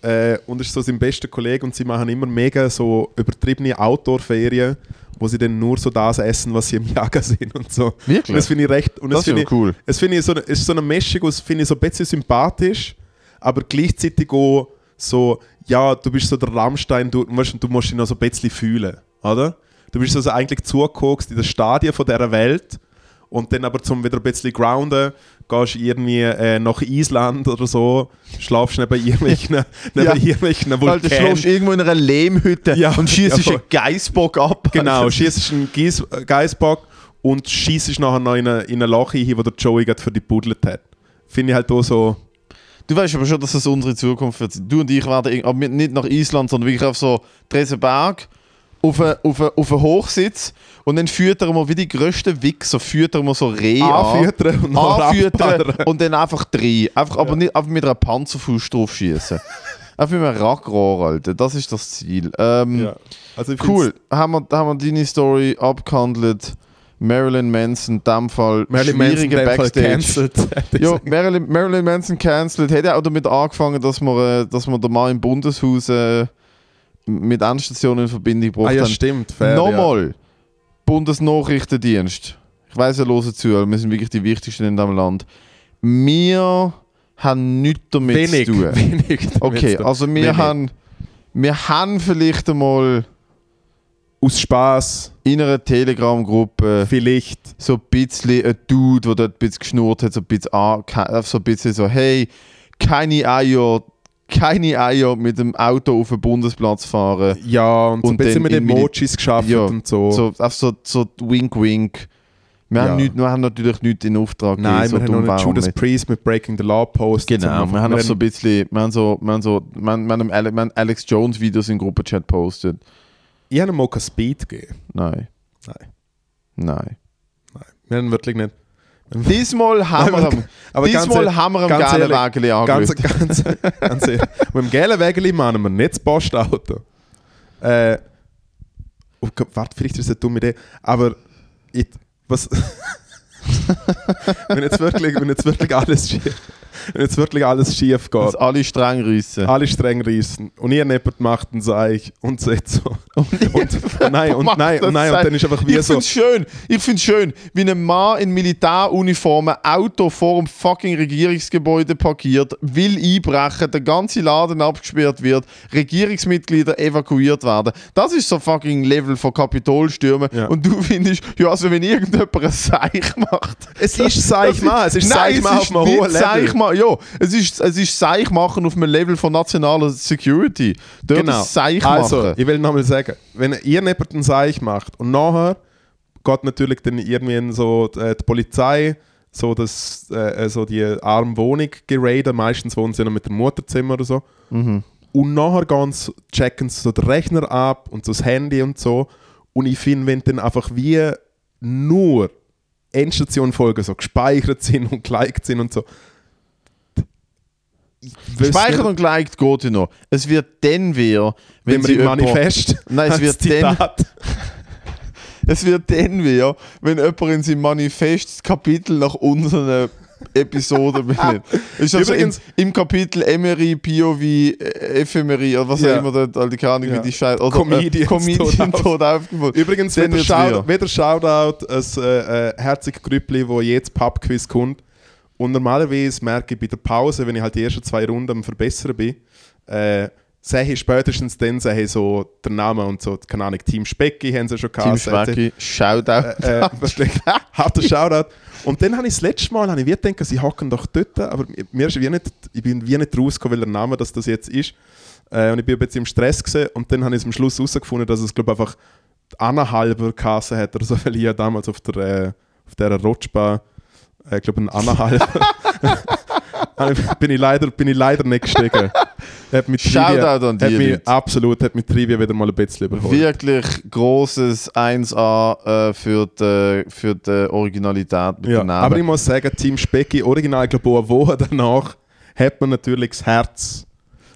Speaker 2: Äh, und ist so sein bester Kollege und sie machen immer mega so übertriebene Outdoor-Ferien, wo sie dann nur so das essen, was sie im Jager sind und so. Und das
Speaker 3: Wirklich?
Speaker 2: finde ich recht. Und
Speaker 3: Das ist
Speaker 2: finde
Speaker 3: ja
Speaker 2: ich,
Speaker 3: cool.
Speaker 2: Es finde ich so, es ist so eine Mischung aus, finde ich so ein bisschen sympathisch, aber gleichzeitig auch so, ja, du bist so der Rammstein, du, weißt, du musst dich noch so ein bisschen fühlen, oder? Du bist also eigentlich zugeguckt in den Stadien von dieser Welt und dann aber zum wieder ein bisschen grounden, gehst irgendwie äh, nach Island oder so, schlafst neben irgendwelchen, neben
Speaker 3: Ja. Halt
Speaker 2: irgendwelchen
Speaker 3: Alter, du
Speaker 2: Vulkanen.
Speaker 3: schläfst irgendwo in einer Lehmhütte
Speaker 2: Ja,
Speaker 3: und schießt
Speaker 2: ja,
Speaker 3: einen Geissbock ab.
Speaker 2: Genau,
Speaker 3: Alter.
Speaker 2: schießt einen Geiss- äh, Geissbock und schießt nachher noch in eine, in eine Loch hin, wo der Joey gerade für die pudelt hat. Finde ich halt auch so.
Speaker 3: Du weißt aber schon, dass das unsere Zukunft wird. Du und ich werden irgend- aber wir- nicht nach Island, sondern wirklich auf so Dresenberg, auf einen auf einen- auf einen Hochsitz und dann füttern wir wie die grössten Wichser, füttern wir so Rehe an.
Speaker 2: Anfüttern und noch
Speaker 3: Anfüttern
Speaker 2: abballern.
Speaker 3: und dann einfach drei. Einfach, aber nicht einfach mit einer Panzerfaust drauf schießen. einfach mit einem Rackrohr, Alter. Das ist das Ziel. Ähm,
Speaker 2: Ja. Also ich
Speaker 3: Cool.
Speaker 2: find's-
Speaker 3: Haben wir, haben wir deine Story abgehandelt? Marilyn Manson, in dem Fall
Speaker 2: Marilyn Manson in
Speaker 3: schwierige
Speaker 2: dem Fall
Speaker 3: Backstage.
Speaker 2: cancelled.
Speaker 3: Ja, Marilyn, Marilyn Manson cancelled. Hätte auch damit angefangen, dass wir, äh, dass wir den Mann im Bundeshaus äh, mit Endstationen in Verbindung gebracht
Speaker 2: ah ja,
Speaker 3: haben.
Speaker 2: stimmt. Fair, ja.
Speaker 3: Nochmal, Bundesnachrichtendienst. Ich weiß ja, hören zu, aber wir sind wirklich die Wichtigsten in diesem Land. Wir haben nichts damit
Speaker 2: Wenig.
Speaker 3: zu tun.
Speaker 2: Wenig damit
Speaker 3: Okay,
Speaker 2: zu tun.
Speaker 3: also wir
Speaker 2: Wenig.
Speaker 3: haben, wir haben vielleicht einmal
Speaker 2: Aus Spaß,
Speaker 3: in einer Telegram-Gruppe
Speaker 2: vielleicht.
Speaker 3: so ein bisschen ein Dude, der dort ein bisschen geschnurrt hat, so ein bisschen, ange- so, ein bisschen so, hey, keine Eier, keine Eier mit dem Auto auf den Bundesplatz fahren.
Speaker 2: Ja, und, so ein
Speaker 3: Und
Speaker 2: bisschen
Speaker 3: dann
Speaker 2: mit
Speaker 3: in
Speaker 2: Emojis geschafft
Speaker 3: Ja,
Speaker 2: und so.
Speaker 3: So, auf so, so wink wink. Wir,
Speaker 2: Ja.
Speaker 3: haben nicht, wir haben natürlich nichts in Auftrag
Speaker 2: Nein, wir
Speaker 3: gegeben, so
Speaker 2: haben noch
Speaker 3: dumm
Speaker 2: einen
Speaker 3: waren
Speaker 2: Judas
Speaker 3: wir.
Speaker 2: Priest mit Breaking the Law Post.
Speaker 3: Genau, wir haben auch so ein bisschen, wir haben so, wir haben so, wir haben, wir haben Ale- wir haben Alex Jones Videos in den Gruppenchat postet.
Speaker 2: Ich habe ihm auch keinen Speed gegeben.
Speaker 3: Nein.
Speaker 2: Nein.
Speaker 3: Nein.
Speaker 2: Wir haben wirklich nicht.
Speaker 3: Diesmal haben wir, am-
Speaker 2: Aber ganz
Speaker 3: diesmal
Speaker 2: ehrlich-
Speaker 3: haben wir am
Speaker 2: ganz
Speaker 3: geilen
Speaker 2: ehrlich,
Speaker 3: Wägeli
Speaker 2: Ganz,
Speaker 3: angelöst.
Speaker 2: ganz, ganz ehrlich. Mit dem gelben Wägeli machen wir nicht das Postauto. Äh, oh Gott, warte, vielleicht ist das eine dumme Idee, aber ich, was... wenn, jetzt wirklich, wenn, jetzt wirklich alles schief, wenn jetzt wirklich alles schief
Speaker 3: Dass
Speaker 2: geht,
Speaker 3: alle streng reissen.
Speaker 2: alle streng reißen und ihr jemand macht einen Seich und sagt so...
Speaker 3: Und,
Speaker 2: Und nein, und nein, und nein, und dann ist einfach wie
Speaker 3: ich
Speaker 2: so...
Speaker 3: Find's schön, ich finde es schön, wie ein Mann in Militäruniform ein Auto vor dem fucking Regierungsgebäude parkiert, will einbrechen, der ganze Laden abgesperrt wird, Regierungsmitglieder evakuiert werden. Das ist so fucking Level von Kapitolstürmen.
Speaker 2: Ja.
Speaker 3: Und du findest, ja, also wenn irgendjemand ein Seich macht.
Speaker 2: Es ist Seichmann, es ist
Speaker 3: Nein,
Speaker 2: Seichmann auf
Speaker 3: es ist
Speaker 2: einem
Speaker 3: nicht
Speaker 2: hohen Level.
Speaker 3: Seichmann, ja, es ist, es ist Seichmachen auf einem Level von nationaler Security. Dort
Speaker 2: Genau.
Speaker 3: ist Seichmachen.
Speaker 2: Also, ich will nochmal sagen, wenn ihr jemanden einen Seich macht und nachher geht natürlich dann irgendwie in so die, äh, die Polizei, so, das, äh, äh, so die arme Wohnung geraden, meistens wohnen sie noch mit dem Mutterzimmer oder so. Und nachher gehen sie, checken sie so den Rechner ab und so das Handy und so. Und ich finde, wenn dann einfach wie nur Endstation-Folgen so gespeichert sind und geliked sind und so. Ich wüsste
Speaker 3: Speichert
Speaker 2: nicht,
Speaker 3: und liked geht ja noch. Es wird dann wieder, wenn
Speaker 2: wenn
Speaker 3: sie
Speaker 2: man im
Speaker 3: jemand-
Speaker 2: Manifest.
Speaker 3: Nein, es
Speaker 2: als
Speaker 3: wird dann,
Speaker 2: Zitat.
Speaker 3: es wird dann wieder, wenn jemand in seinem Manifest das Kapitel nach unseren Episoden benennt. Ist also
Speaker 2: Übrigens-
Speaker 3: im, im Kapitel Emery, POV, äh, Ephemerie oder was
Speaker 2: Ja.
Speaker 3: auch immer, dort, all die Ahnung,
Speaker 2: Ja.
Speaker 3: wie die Scheiße. Oder äh,
Speaker 2: Comedians
Speaker 3: Comedian
Speaker 2: tot
Speaker 3: tot aufgefunden.
Speaker 2: Übrigens,
Speaker 3: Dann
Speaker 2: wieder,
Speaker 3: wird's
Speaker 2: Shout
Speaker 3: früher.
Speaker 2: wieder Shoutout ein äh, äh, herzig Grüppli, wo jetzt Pubquiz kommt. Und normalerweise merke ich bei der Pause, wenn ich halt die ersten zwei Runden am Verbessern bin, äh, sehe ich spätestens dann sehe ich so den Namen und so, keine Ahnung, Team Specki haben sie schon
Speaker 3: Team
Speaker 2: gehabt.
Speaker 3: Schwecki, Shoutout.
Speaker 2: Äh, wirklich, harter Shoutout. Und dann habe ich das letzte Mal habe ich wie gedacht, sie hocken doch dort, aber mir ist wie nicht, ich bin wie nicht rausgekommen, welcher Name das, das jetzt ist. Äh, und ich bin ein bisschen im Stress gewesen. und dann habe ich es am Schluss herausgefunden, dass es glaube einfach Anna halber Kasse hat oder so, weil ich ja damals auf der, äh, auf der Rutschbahn, äh, ich glaube ein Anna halber, bin, ich leider, bin ich leider nicht gestiegen. Hat mich Trivia,
Speaker 3: Shoutout an
Speaker 2: hat
Speaker 3: die
Speaker 2: mich
Speaker 3: Leute.
Speaker 2: absolut, hat mich Trivia wieder mal ein bisschen überholt.
Speaker 3: Wirklich großes 1A äh, für, die, für die Originalität Genau. mit
Speaker 2: Ja,
Speaker 3: dem Namen.
Speaker 2: aber ich muss sagen, Team Specki, original, ich glaube, eine Woche danach hat man natürlich das Herz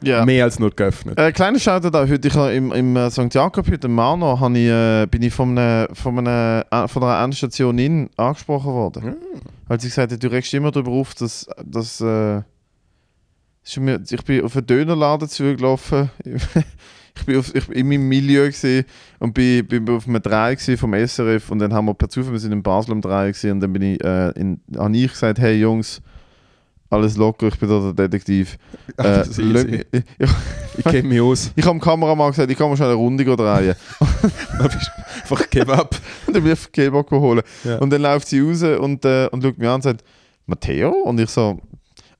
Speaker 3: Ja.
Speaker 2: mehr als nur geöffnet.
Speaker 3: Äh, kleiner Shoutout auch heute, ich habe im, im äh, St. Jakob heute im Mano hab ich, äh, bin ich von, einem, von, einem, äh, von einer Endstation in angesprochen worden.
Speaker 2: Mm.
Speaker 3: Weil sie gesagt hat, du regst immer darüber auf, dass, dass äh, ist mir, ich bin auf einen Dönerladen zugelaufen. Ich bin, auf, ich bin in meinem Milieu gewesen und bin, bin auf einem Dreieck gewesen vom SRF und dann haben wir per Zufall, wir sind in Basel am Dreieck gewesen und dann bin ich, äh, in, habe ich gesagt, hey Jungs, Alles locker, ich bin da der Detektiv.
Speaker 2: Ah,
Speaker 3: Äh,
Speaker 2: das ist
Speaker 3: lö-
Speaker 2: easy.
Speaker 3: ich ich,
Speaker 2: Ich kenne mich aus.
Speaker 3: ich habe dem Kameramann gesagt, ich kann mir schnell eine Runde gehen drehen.
Speaker 2: Dann bist du Einfach give up.
Speaker 3: und dann will ich Kebab holen.
Speaker 2: Ja.
Speaker 3: Und dann läuft sie raus und, äh, und schaut mich an und sagt, Matteo? Und ich so,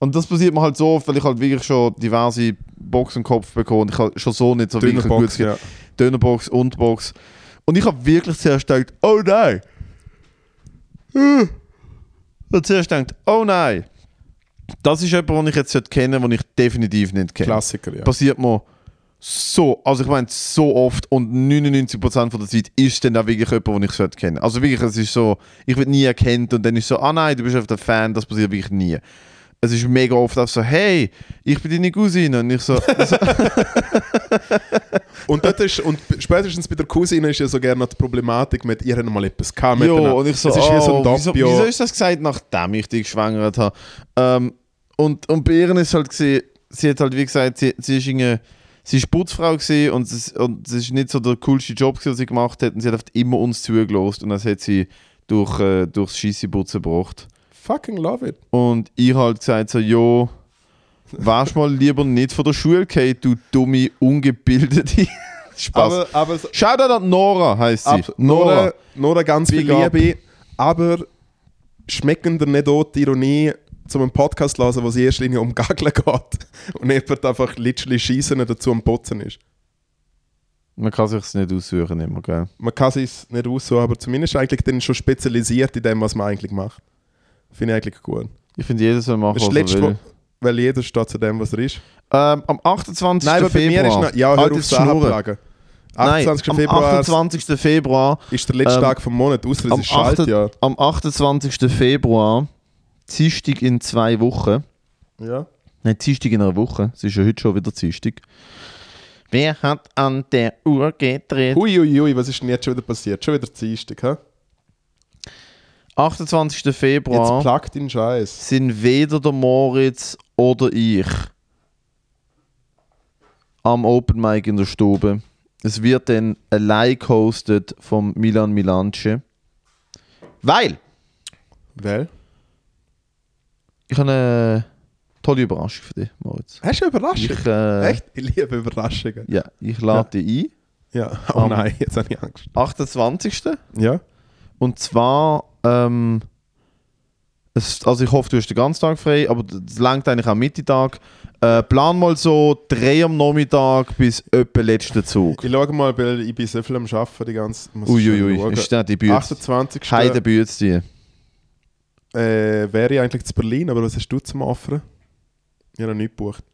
Speaker 3: und das passiert mir halt so oft, weil ich halt wirklich schon diverse Boxen im Kopf bekomme und ich halt schon so nicht so wirklich ein
Speaker 2: Dünnerbox,
Speaker 3: gutes
Speaker 2: ja.
Speaker 3: Dönerbox und Box. Und ich habe wirklich zuerst gedacht, oh nein. Äh. Und zuerst gedacht, oh nein. Das ist jemand, den ich jetzt sollte kennen den ich definitiv nicht kenne.
Speaker 2: Klassiker, ja.
Speaker 3: Passiert mir so, also ich meine so oft und 99% von der Zeit ist dann auch wirklich jemand, den ich sollte kennen Also wirklich, es ist so, ich werde nie erkannt und dann ist so, ah nein, du bist einfach der Fan, das passiert wirklich nie. Es ist mega oft auch so, hey, ich bin deine Cousine und ich so,
Speaker 2: Und, dort ist, und spätestens bei der Cousine ist ja so gerne noch die Problematik mit, ihr habt mal etwas gehabt
Speaker 3: Ja,
Speaker 2: miteinander.
Speaker 3: und ich so,
Speaker 2: Es ist
Speaker 3: oh,
Speaker 2: wie so ein
Speaker 3: wieso,
Speaker 2: Doppio.
Speaker 3: wieso ist das gesagt, nachdem ich dich geschwängert habe? Ähm, und, und bei ihr ist halt gewesen, sie hat halt wie gesagt, sie, sie ist irgendwie, sie ist Putzfrau gewesen und es, und es ist nicht so der coolste Job, gewesen, den sie gemacht hat und sie hat halt immer uns zugelost und das hat sie durch, äh, durchs Schisseputzen gebracht.
Speaker 2: Fucking love it.
Speaker 3: Und ich halt gesagt so, jo, wärst mal lieber nicht von der Schule gefallen, du dumme, ungebildete. Spaß.
Speaker 2: Aber, aber so,
Speaker 3: Shoutout an Nora heißt sie.
Speaker 2: ab, Nora, Nora ganz viel
Speaker 3: Big up.
Speaker 2: Liebe, aber schmecken dir nicht auch die Ironie zum einen Podcast zu hören, wo es in erster Linie um Gageln geht und jemand einfach literally schießen dazu am Putzen ist.
Speaker 3: Man kann sich's nicht aussuchen immer, gell?
Speaker 2: Man kann es nicht aussuchen, aber zumindest eigentlich dann schon spezialisiert in dem, was man eigentlich macht. Finde ich eigentlich gut.
Speaker 3: Ich finde, jeder soll machen,
Speaker 2: Das ist
Speaker 3: was
Speaker 2: letzte
Speaker 3: er will.
Speaker 2: Wo- weil jeder steht zu dem, was er ist.
Speaker 3: Ähm, am 28.
Speaker 2: Nein, aber bei mir
Speaker 3: Februar.
Speaker 2: ist noch. Ja, hör
Speaker 3: Halt
Speaker 2: auf
Speaker 3: jetzt
Speaker 2: zu
Speaker 3: Schnurren.
Speaker 2: abplagen. 28.
Speaker 3: Nein,
Speaker 2: Februar
Speaker 3: Am 28. Februar,
Speaker 2: ist der letzte
Speaker 3: ähm,
Speaker 2: Tag vom Monat, außer es
Speaker 3: am
Speaker 2: ist Schalt,
Speaker 3: 8.
Speaker 2: ja.
Speaker 3: am 28. Februar, Dienstag in zwei Wochen,
Speaker 2: ja.
Speaker 3: nein, Dienstag in einer Woche, es ist ja heute schon wieder Dienstag. Wer hat an der Uhr gedreht?
Speaker 2: Hui, hui, hui, was ist denn jetzt schon wieder passiert? Schon wieder Dienstag, hä?
Speaker 3: 28.
Speaker 2: Jetzt
Speaker 3: Februar
Speaker 2: plagt ihn Scheiß.
Speaker 3: sind weder der Moritz oder ich am Open Mic in der Stube. Es wird dann allein gehostet vom Milan Milanche. Weil
Speaker 2: Weil?
Speaker 3: Ich habe eine tolle Überraschung für dich, Moritz.
Speaker 2: Hast du eine Überraschung?
Speaker 3: Ich, äh,
Speaker 2: Echt? Ich liebe Überraschungen.
Speaker 3: Ja, ich lade dich
Speaker 2: Ja. Oh
Speaker 3: Am-
Speaker 2: nein, jetzt habe ich Angst.
Speaker 3: ein. 28.
Speaker 2: Ja?
Speaker 3: Und zwar, ähm, es, also ich hoffe, du hast den ganzen Tag frei, aber das langt eigentlich am Mittag. Äh, plan mal so 3 am Nachmittag bis etwa letzten Zug.
Speaker 2: Ich schaue mal, weil ich bin so viel am Arbeiten die ganze muss schon
Speaker 3: Uiuiui,
Speaker 2: schauen.
Speaker 3: ist nicht die Bütze.
Speaker 2: 28.
Speaker 3: Heide Bütze.
Speaker 2: Äh, wäre ich eigentlich zu Berlin, aber was hast du zum Offeren? Ich habe noch nichts gebucht.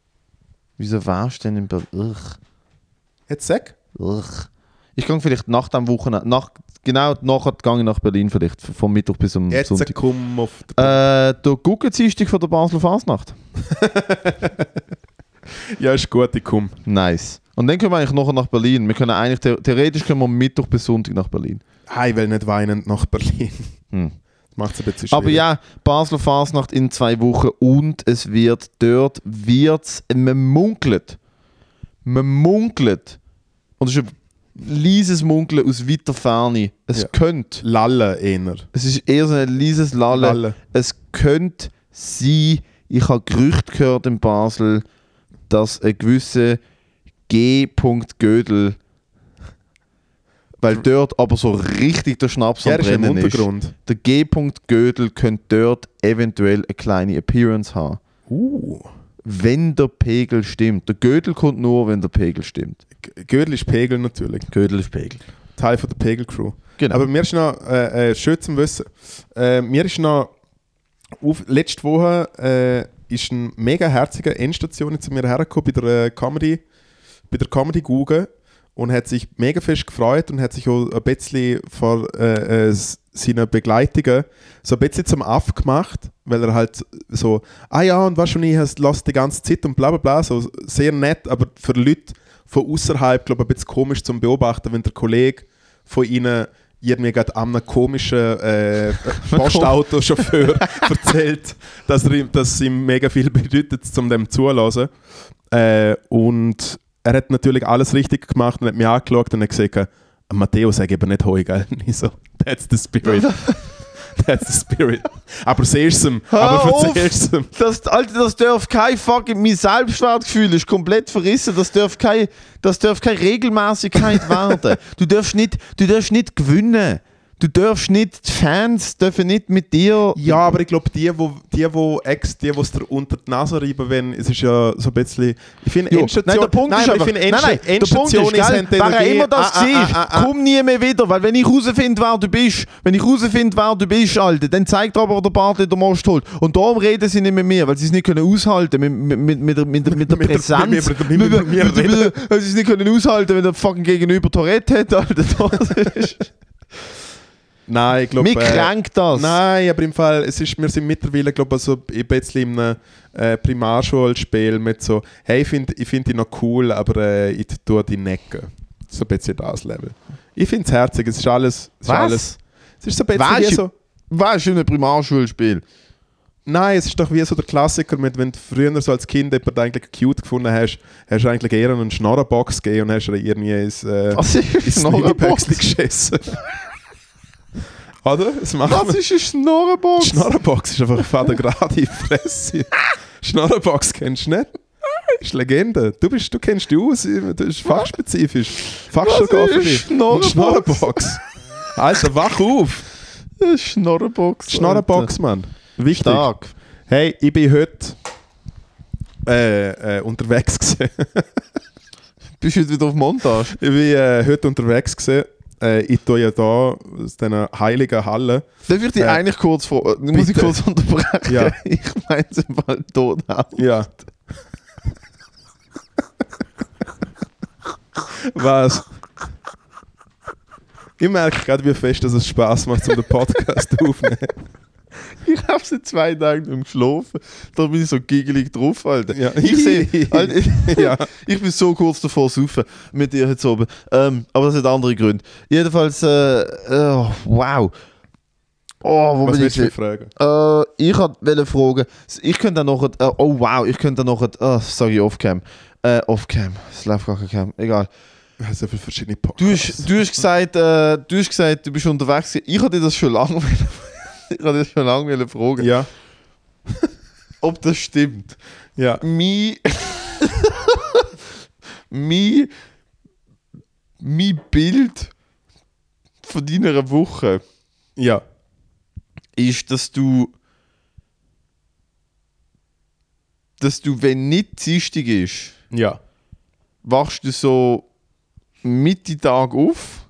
Speaker 3: Wieso wärst du denn in Berlin? Ugh,
Speaker 2: Jetzt sag.
Speaker 3: ugh. Ich gehe vielleicht nach dem Wochenende, nach, genau nachher gehe ich nach Berlin vielleicht, vom Mittwoch bis zum
Speaker 2: Jetzt
Speaker 3: Sonntag.
Speaker 2: komm auf den
Speaker 3: Äh, der Guggenziehstag von der Basler Fasnacht. Äh.
Speaker 2: Ja, ist gut, ich komme.
Speaker 3: Nice. Und dann können wir eigentlich nachher nach Berlin. Wir können eigentlich, the- theoretisch können wir Mittwoch bis Sonntag nach Berlin.
Speaker 2: Ah, Ich will nicht weinend nach Berlin.
Speaker 3: Hm.
Speaker 2: Macht es ein bisschen schwierig.
Speaker 3: Aber ja, Basler Fasnacht in zwei Wochen und es wird dort, wird's, man munkelt, man munkelt, und es ist ein leises Munkeln aus weiter Ferne, es
Speaker 2: Ja.
Speaker 3: könnte,
Speaker 2: Lallen eher.
Speaker 3: es ist eher so ein leises Lallen,
Speaker 2: Lallen.
Speaker 3: es könnte sein, ich habe Gerüchte gehört in Basel, dass ein gewisser G. Gödel, weil dort aber so richtig der Schnaps
Speaker 2: Ja,
Speaker 3: am
Speaker 2: das ist im
Speaker 3: Brennen ist,
Speaker 2: Untergrund.
Speaker 3: der G. Gödel könnte dort eventuell eine kleine Appearance haben.
Speaker 2: Uh.
Speaker 3: Wenn der Pegel stimmt. Der Gödel kommt nur, wenn der Pegel stimmt.
Speaker 2: G- Gürtel ist Pegel natürlich.
Speaker 3: Gödel ist Pegel.
Speaker 2: Teil von der Pegel-Crew.
Speaker 3: Genau.
Speaker 2: Aber mir ist noch, äh, äh, schön zum Wissen, äh, mir ist noch, auf, letzte Woche äh, ist ein mega herziger Endstation zu mir hergekommen bei der äh, Comedy, bei der Comedy Google und hat sich mega fest gefreut und hat sich auch ein bisschen vor äh, äh, s- seinen Begleitungen so ein bisschen zum Aff gemacht, weil er halt so, ah ja, und was schon ich lasse die ganze Zeit und bla bla bla, so sehr nett, aber für Leute von außerhalb, glaube ich, ein bisschen komisch zum Beobachten, wenn der Kollege von ihnen irgendwie gerade einem komischen äh, Postautochauffeur erzählt, dass er ihm, dass es ihm mega viel bedeutet, zum dem zulassen. Äh, und er hat natürlich alles richtig gemacht und hat "Äh, mich angeschaut und hat gesagt, Matteo sag eben nicht heu, gell? Und ich so, that's the spirit. That's the spirit. Aber siehst ihm.
Speaker 3: Hör
Speaker 2: Aber
Speaker 3: auf!
Speaker 2: verzehrst ihm.
Speaker 3: Das, Alter, das darf kein fucking, mein Selbstwertgefühl ist komplett verrissen, das darf keine, das darf keine Regelmäßigkeit werden. Du darfst nicht, du darfst nicht gewinnen. Du darfst nicht, die Fans dürfen nicht mit dir...
Speaker 2: Ja, aber ich glaube, die, wo, die, wo ex, die, wo es dir unter die Nase reiben wollen, es ist ja so ein bisschen. Ich finde
Speaker 3: Jo.
Speaker 2: Endstation.
Speaker 3: nein, der Punkt
Speaker 2: nein,
Speaker 3: ist
Speaker 2: aber
Speaker 3: aber,
Speaker 2: ich finde
Speaker 3: nein, nein,
Speaker 2: Endsta-
Speaker 3: der Punkt
Speaker 2: Endstation ist
Speaker 3: ist, gell, wer auch
Speaker 2: Entenergie.
Speaker 3: immer
Speaker 2: Ah,
Speaker 3: das
Speaker 2: ah,
Speaker 3: war,
Speaker 2: ah, ah.
Speaker 3: komm nie mehr wieder, weil wenn ich herausfinde, wer du bist, wenn ich herausfinde, wer du bist, Alter, dann zeigt dir aber, wo der Bart den Most holt. Und darum reden sie nicht mehr mehr, weil sie es nicht können aushalten mit, mit, mit, mit, der- mit, der- mit der
Speaker 2: Mit der-
Speaker 3: Präsenz.
Speaker 2: mit- mit- mit- mit- mit-
Speaker 3: Mit- mit- mit- Weil sie es nicht können aushalten, wenn der fucking Gegenüber Tourette hat, Alter. Das ist,
Speaker 2: Nein, ich glaube.
Speaker 3: mich kränkt das.
Speaker 2: äh, Nein, aber im Fall, es ist, wir sind mittlerweile, glaube ich, also ein bisschen in einem äh, Primarschulspiel mit so, hey, ich finde ich find dich noch cool, aber äh, ich tue dich necken. So ein bisschen das Level. Ich finde es herzig, es ist alles. Es ist,
Speaker 3: Was?
Speaker 2: alles, es ist so ein bisschen
Speaker 3: Weißt
Speaker 2: wie
Speaker 3: du-
Speaker 2: so.
Speaker 3: Weißt du, in einem Primarschulspiel.
Speaker 2: Nein, es ist doch wie so der Klassiker, mit, wenn du früher so als Kind jemanden eigentlich cute gefunden hast, hast du eigentlich eher einen Schnorrenbox gegeben und hast ihr irgendwie ins, äh,
Speaker 3: Das
Speaker 2: ins
Speaker 3: ist noch ein
Speaker 2: Schnorrenbox geschissen. Oder? Das macht man.
Speaker 3: Das ist ein Schnorrenbox.
Speaker 2: Schnorrenbox ist einfach eine fadengerade Fresse. Schnorrenbox kennst du nicht? Ist Legende. Du, bist, du kennst dich aus, du bist fachspezifisch. Fachjargon
Speaker 3: Was
Speaker 2: für
Speaker 3: ist
Speaker 2: dich.
Speaker 3: Schnorrenbox?
Speaker 2: Und Schnorrenbox. Alter, wach auf!
Speaker 3: Ein Schnorrenbox.
Speaker 2: Schnorrenbox, Mann. Wichtig.
Speaker 3: Stark.
Speaker 2: Hey, ich bin heute äh, äh, unterwegs gewesen.
Speaker 3: Bist du heute wieder auf Montage?
Speaker 2: Ich bin äh, heute unterwegs gewesen. Äh, ich tue ja da aus diesen heiligen Hallen.
Speaker 3: Darf ich dich
Speaker 2: Äh,
Speaker 3: eigentlich kurz vor. äh, Muss ich
Speaker 2: bitte.
Speaker 3: kurz unterbrechen?
Speaker 2: Ja.
Speaker 3: Ich meine es im Fall Donau.
Speaker 2: Ja. Was? Ich merke gerade, wie fest dass es Spaß macht, um den Podcast aufzunehmen.
Speaker 3: Ich habe seit zwei Tagen nicht mehr geschlafen. Da bin ich so giggelig drauf, Alter.
Speaker 2: Ja.
Speaker 3: Ich sehe. Alter,
Speaker 2: Ja.
Speaker 3: Ich bin so kurz davor zu saufen mit dir heute oben. Ähm, aber das hat andere Gründe. Jedenfalls, äh, äh, wow. Oh, wo
Speaker 2: Was
Speaker 3: bin
Speaker 2: willst
Speaker 3: ich?
Speaker 2: du mich
Speaker 3: jetzt?
Speaker 2: fragen?
Speaker 3: Äh, ich wollte fragen, ich könnte dann noch, äh, oh wow, ich könnte dann noch, äh, sorry, off-cam. Äh, off-cam, es läuft gar kein Cam, egal.
Speaker 2: Ich habe so viele verschiedene
Speaker 3: Du
Speaker 2: Podcasts.
Speaker 3: hast, du, hast gesagt, äh, du hast gesagt, du bist unterwegs. gewesen. Ich hatte das schon lange wollen- ich hatte das schon lange wollen fragen,
Speaker 2: Ja,
Speaker 3: ob das stimmt.
Speaker 2: ja.
Speaker 3: Mein. mein. Mein Bild von deiner Woche
Speaker 2: Ja.
Speaker 3: ist, dass du. Dass du, wenn nicht Dienstag ist,
Speaker 2: Ja.
Speaker 3: wachst du so Mitte Tag auf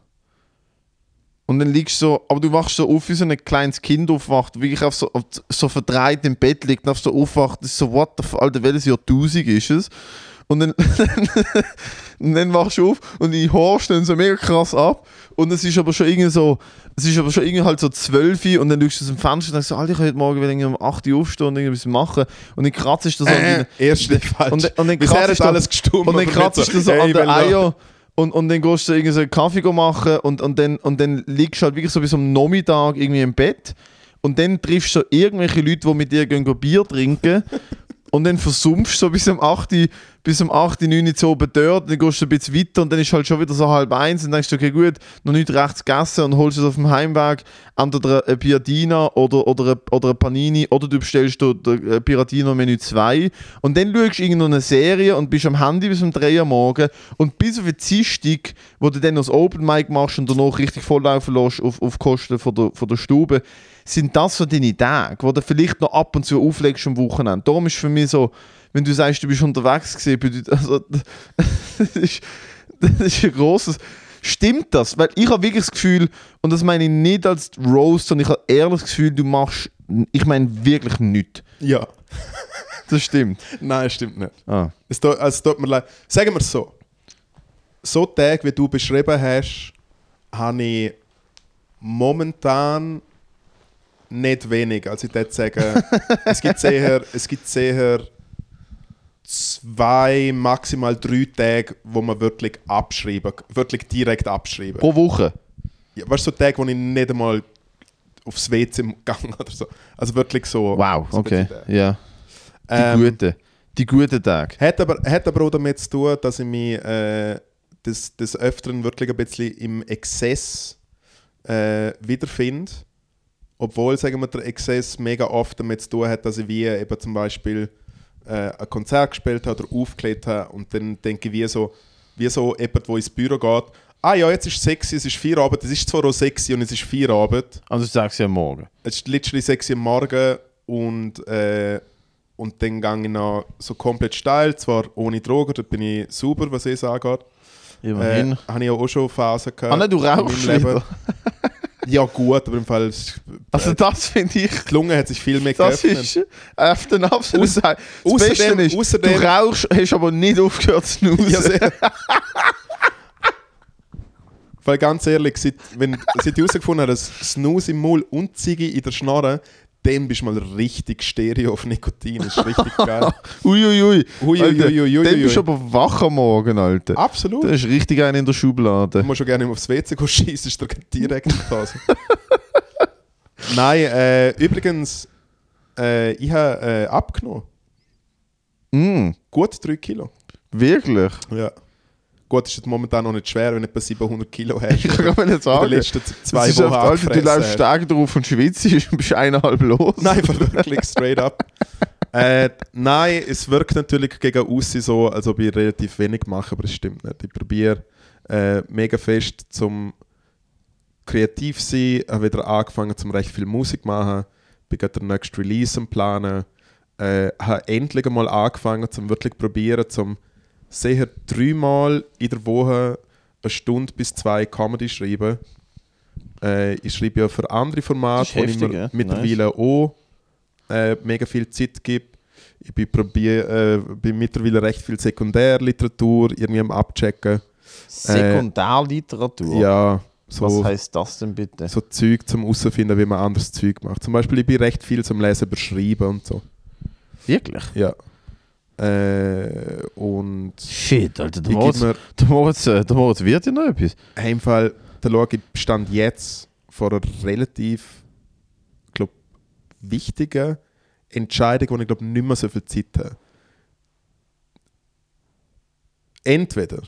Speaker 3: und dann liegst du so, aber du wachst so auf, wie so ein kleines Kind aufwacht, wirklich auf so, auf so verdreht im Bett liegt, und auf so aufwacht, das ist so, what the fuck, Alter, welches Jahrtausend ist es? Und dann, und dann wachst du auf und ich horchst dann so mega krass ab und es ist aber schon irgendwie so, es ist aber schon irgendwie halt so 12 Uhr und dann schaust du aus dem Fenster und denkst so, Alter, ich kann heute Morgen wieder irgendwie um 8 Uhr aufstehen und irgendwas machen und dann kratzt du so an deinen-
Speaker 2: Äh, Erste falsch.
Speaker 3: und, und dann
Speaker 2: Bisher
Speaker 3: kratzt
Speaker 2: hat
Speaker 3: du-
Speaker 2: alles gestummt.
Speaker 3: Und dann
Speaker 2: aber
Speaker 3: kratzt
Speaker 2: mit so,
Speaker 3: du so
Speaker 2: hey,
Speaker 3: an
Speaker 2: ich
Speaker 3: den
Speaker 2: will noch-
Speaker 3: Eier und, und dann gehst du irgendwie so einen Kaffee go machen und, und, dann, und dann liegst du halt wirklich so bis am Nachmittag irgendwie im Bett und dann triffst du so irgendwelche Leute, die mit dir gehen, go Bier trinken und dann versumpfst du so bis um 8 Uhr, bis um 8, Uhr, 9 Uhr zu oben dort, dann gehst du ein bisschen weiter und dann ist halt schon wieder so halb eins und denkst du, okay gut, noch nicht rechts gegessen und holst es auf dem Heimweg entweder eine Piadina oder, oder, eine, oder eine Panini oder du bestellst dir ein Piratino Menü 2 und dann schaust du irgendeine Serie und bist am Handy bis um 3 Uhr morgen und bis auf den Dienstag, wo du dann noch das Open Mic machst und danach richtig volllaufen lässt auf, auf Kosten von der, von der Stube, sind das so deine Tage, wo du vielleicht noch ab und zu auflegst am Wochenende. Darum ist für mich so, wenn du sagst, du bist unterwegs gewesen, bedeutet, also, das, ist, das ist ein großes. Stimmt das? Weil ich habe wirklich das Gefühl, und das meine ich nicht als Roast, sondern ich habe ehrlich das Gefühl, du machst, ich meine wirklich nichts.
Speaker 2: Ja.
Speaker 3: Das stimmt.
Speaker 2: Nein, stimmt nicht.
Speaker 3: Ah.
Speaker 2: Es tut, also es tut mir leid. Sagen wir es so. So Tage, wie du beschrieben hast, habe ich momentan nicht wenig. Also ich würde sagen, es gibt sicher, es gibt sicher zwei, maximal drei Tage, wo man wirklich abschreiben, wirklich direkt abschreiben.
Speaker 3: Pro Woche.
Speaker 2: Ja, weißt du, so Tage, wo ich nicht einmal aufs WC gegangen oder so. Also wirklich so.
Speaker 3: Wow,
Speaker 2: so ein
Speaker 3: okay.
Speaker 2: bisschen Tage.
Speaker 3: Ja. Die
Speaker 2: Ähm,
Speaker 3: guten. Die guten Tage.
Speaker 2: Hat aber, hat aber auch damit zu tun, dass ich mich äh, des, des Öfteren wirklich ein bisschen im Exzess äh, wiederfinde Obwohl, sagen wir, der Exzess mega oft damit zu tun hat, dass ich wie eben zum Beispiel äh, ein Konzert gespielt habe oder aufgelegt habe und dann denke ich wie so, wie so jemand, der ins Büro geht, ah ja, jetzt ist es sexy, es ist Feierabend, es ist zwar auch sexy und es ist Feierabend,
Speaker 3: Also ich sag's ja morgen.
Speaker 2: es ist literally sexy am Morgen und, äh, und dann gehe ich noch so komplett steil, zwar ohne Drogen, dort bin ich sauber, was es angeht.
Speaker 3: Immerhin.
Speaker 2: Äh, habe ich ja auch schon Phasen gehabt.
Speaker 3: ah nein, du
Speaker 2: in meinem
Speaker 3: rauchst
Speaker 2: Leben.
Speaker 3: wieder.
Speaker 2: Ja gut, aber im Fall, es-
Speaker 3: Also das finde ich,
Speaker 2: die Lunge hat sich viel mehr
Speaker 3: das
Speaker 2: geöffnet.
Speaker 3: ist auf den absoluten
Speaker 2: Aus-
Speaker 3: Seil. Das
Speaker 2: außerdem-
Speaker 3: Beste ist,
Speaker 2: außerdem-
Speaker 3: du rauchst, hast aber nicht aufgehört zu
Speaker 2: Ja,
Speaker 3: snusen.
Speaker 2: sehr. Weil ganz ehrlich, seit, wenn, seit ich herausgefunden habe, dass Snooze im Maul und Ziege in der Schnarre, dann bist du mal richtig Stereo auf Nikotin. Das ist richtig geil.
Speaker 3: Uiuiui.
Speaker 2: Ui, ui,
Speaker 3: Alter,
Speaker 2: ui, ui, ui,
Speaker 3: Dann bist du
Speaker 2: ui.
Speaker 3: aber wach am Morgen, Alter.
Speaker 2: Absolut.
Speaker 3: Da
Speaker 2: Du
Speaker 3: ist richtig einer in der Schublade.
Speaker 2: musst schon gerne mal aufs WC gehen, schießen, ist dir gerade direkt in die Phase. Nein, äh, übrigens, äh, ich habe äh, abgenommen.
Speaker 3: Mm,
Speaker 2: Gut 3 Kilo.
Speaker 3: wirklich?
Speaker 2: Ja. Gut, ist jetzt momentan noch nicht schwer, wenn du etwa 700 Kilo hast.
Speaker 3: Ich kann mir nicht
Speaker 2: in
Speaker 3: sagen.
Speaker 2: den letzten z- zwei
Speaker 3: Es ist
Speaker 2: Wochen
Speaker 3: einfach, Alter, du
Speaker 2: angefressen
Speaker 3: läufst
Speaker 2: hast.
Speaker 3: stark drauf und schwitzt und bist eineinhalb los. Äh.
Speaker 2: Nein, aber wirklich straight up. Äh, nein, es wirkt natürlich gegen außen so, als ob ich relativ wenig mache, aber es stimmt nicht. Ich probiere äh, mega fest zum kreativ sein, habe wieder angefangen zum recht viel Musik machen, bin gerade den nächsten Release am planen, äh, habe endlich einmal angefangen zum wirklich probieren, zum sicher dreimal in der Woche eine Stunde bis zwei Comedy schreiben. Äh, ich schreibe ja für andere
Speaker 3: Das
Speaker 2: Formate,
Speaker 3: ist
Speaker 2: wo ich
Speaker 3: heftig,
Speaker 2: mir
Speaker 3: ja.
Speaker 2: mittlerweile auch äh, mega viel Zeit gebe. Ich bin, probier, äh, bin mittlerweile recht viel Sekundärliteratur irgendwie am Abchecken.
Speaker 3: Sekundärliteratur?
Speaker 2: Ja, so
Speaker 3: heißt das denn bitte?
Speaker 2: so Zeug zum herausfinden, wie man anderes Zeug macht. Zum Beispiel, ich bin recht viel zum Lesen über Schreiben und so.
Speaker 3: Wirklich?
Speaker 2: Ja. Äh, und
Speaker 3: Shit, Alter, der
Speaker 2: ich gebe
Speaker 3: Moritz,
Speaker 2: mir
Speaker 3: der, Moritz, äh, der Moritz wird ja noch etwas.
Speaker 2: im Fall, der schaue ich stand jetzt vor einer relativ, glaub, wichtigen Entscheidung, wo ich glaube nicht mehr so viel Zeit habe. Entweder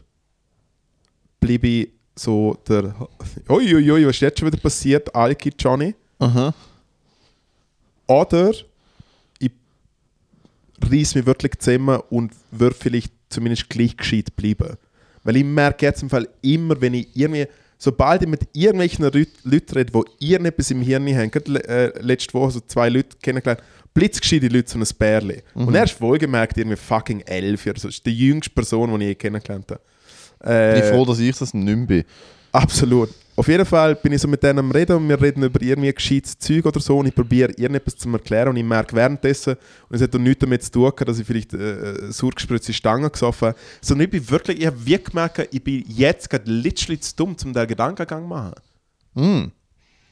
Speaker 2: bleibe ich so der Uiuiui, was ist jetzt schon wieder passiert, Alki Johnny?
Speaker 3: Aha.
Speaker 2: Oder ich reiß mich wirklich zusammen und würde vielleicht zumindest gleich gescheit bleiben. Weil ich merke jetzt im Fall immer, wenn ich irgendwie, sobald ich mit irgendwelchen Rü- Leuten rede, die irgendetwas im Hirn haben, gerade le- äh, letzte Woche so zwei Leute kennengelernt, blitzgescheite Leute, so ein Bärli. Und er ist wohlgemerkt irgendwie fucking elf oder so. Das ist die jüngste Person, die ich je kennengelernt habe.
Speaker 3: Ich bin
Speaker 2: Äh,
Speaker 3: froh, dass ich das nicht mehr bin.
Speaker 2: Absolut. Auf jeden Fall bin ich so mit denen am Reden und wir reden über irgendwie gescheites Zeug oder so und ich probiere irgendetwas zu erklären und ich merke währenddessen, und es hat auch nichts damit zu tun, gehabt, dass ich vielleicht äh, äh, surgespritzte Stangen gesoffen habe, sondern ich bin wirklich, ich habe wirklich gemerkt, ich bin jetzt gerade literally zu dumm, um diesen Gedankengang zu machen.
Speaker 3: Mm.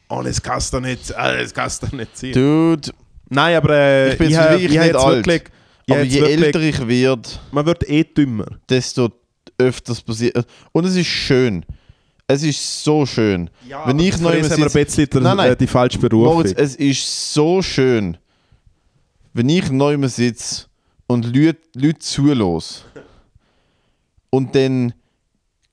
Speaker 2: Und es kann doch nicht, äh, es kann doch nicht sein.
Speaker 3: Dude,
Speaker 2: Nein, aber äh,
Speaker 3: ich bin jetzt
Speaker 2: habe-
Speaker 3: wirklich
Speaker 2: habe
Speaker 3: nicht
Speaker 2: jetzt
Speaker 3: alt.
Speaker 2: wirklich- ich
Speaker 3: aber
Speaker 2: habe jetzt
Speaker 3: je
Speaker 2: wirklich-
Speaker 3: älter ich werde,
Speaker 2: Man wird eh dümmer.
Speaker 3: desto öfters passiert. Und es ist schön. Es ist so schön. Wenn ich noch
Speaker 2: Für uns haben
Speaker 3: immer
Speaker 2: wir
Speaker 3: sitze-
Speaker 2: ein bisschen der-
Speaker 3: Nein, nein.
Speaker 2: äh, die falsche Berufung.
Speaker 3: Moritz, äh, es ist so schön, wenn ich neu sitze und Leute, Leute zulos und dann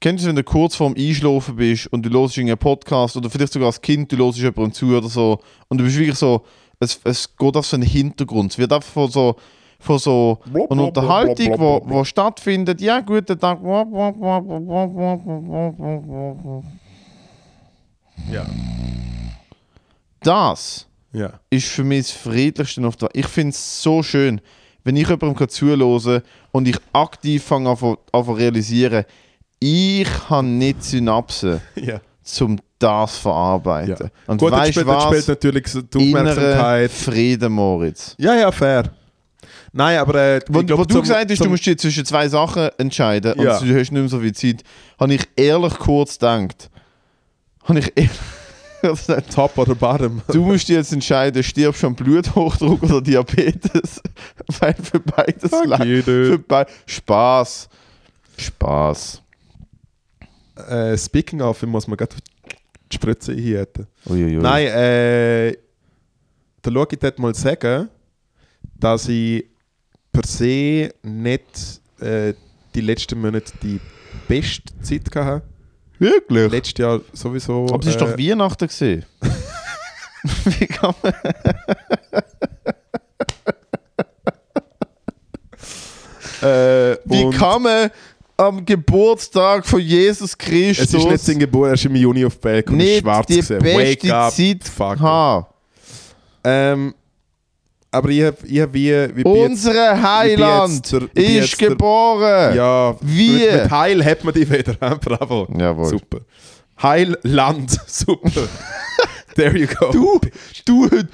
Speaker 3: kennst du, wenn du kurz vorm Einschlafen bist und du hörst irgendeinen Podcast oder vielleicht sogar als Kind, du hörst jemandem zu oder so und du bist wirklich so, es, es geht auf so einen Hintergrund. Es wird einfach von so, von so
Speaker 2: Blub,
Speaker 3: einer
Speaker 2: blub, blub,
Speaker 3: Unterhaltung,
Speaker 2: blub, blub,
Speaker 3: wo,
Speaker 2: blub.
Speaker 3: wo stattfindet. Ja, guten Tag.
Speaker 2: ja.
Speaker 3: Das
Speaker 2: ja.
Speaker 3: ist für mich das Friedlichste auf der Ich finde es so schön, wenn ich jemandem kann zuhören und ich aktiv fange an zu- an zu realisieren, ich habe nicht Synapsen,
Speaker 2: ja.
Speaker 3: um das zu verarbeiten. Und
Speaker 2: Gut,
Speaker 3: weißt
Speaker 2: jetzt
Speaker 3: du
Speaker 2: spielt, jetzt
Speaker 3: was?
Speaker 2: spielt natürlich so die
Speaker 3: Innere
Speaker 2: Aufmerksamkeit.
Speaker 3: Frieden, Moritz.
Speaker 2: Ja, ja, fair. Nein, aber äh,
Speaker 3: Wo,
Speaker 2: ich glaub,
Speaker 3: wo du
Speaker 2: zum-
Speaker 3: gesagt hast,
Speaker 2: zum-
Speaker 3: du musst dich zwischen zwei Sachen entscheiden und
Speaker 2: Ja.
Speaker 3: du hast nicht mehr so viel Zeit, habe ich ehrlich kurz gedacht, habe ich ehrlich gedacht,
Speaker 2: Top oder Bottom.
Speaker 3: Du musst dich jetzt entscheiden, stirbst du an Bluthochdruck oder Diabetes? Weil für beides
Speaker 2: Fuck
Speaker 3: leid.
Speaker 2: you,
Speaker 3: Für
Speaker 2: dude.
Speaker 3: be Spaß. Spaß.
Speaker 2: Äh, speaking of, ich muss mir gerade die Spritze einhalten.
Speaker 3: Uiuiui.
Speaker 2: Nein, äh, da schaue ich dort mal sagen, dass ich per se nicht äh, die letzten Monate die beste Zeit hatte.
Speaker 3: Wirklich?
Speaker 2: Letztes Jahr sowieso.
Speaker 3: Aber das
Speaker 2: äh,
Speaker 3: war doch Weihnachten. Gewesen. Wie kann man.
Speaker 2: Äh,
Speaker 3: Wie
Speaker 2: und
Speaker 3: kann man am Geburtstag von Jesus Christus
Speaker 2: es ist nicht sein Geburt, er ist im Juni auf Balkon und ist
Speaker 3: nicht
Speaker 2: schwarz
Speaker 3: die
Speaker 2: gewesen.
Speaker 3: beste
Speaker 2: Wake up,
Speaker 3: Zeit
Speaker 2: fuck.
Speaker 3: haben?
Speaker 2: Ähm, aber ich habe ich hab wie, wie bin jetzt-
Speaker 3: Unsere Heiland
Speaker 2: jetzt der- ich bin
Speaker 3: ist
Speaker 2: jetzt der-
Speaker 3: geboren.
Speaker 2: ja,
Speaker 3: Wie?
Speaker 2: Mit, mit Heil hat man die wieder. hä? Bravo.
Speaker 3: Jawohl.
Speaker 2: Super. Heilland. Super. There you go.
Speaker 3: Du, du, hat,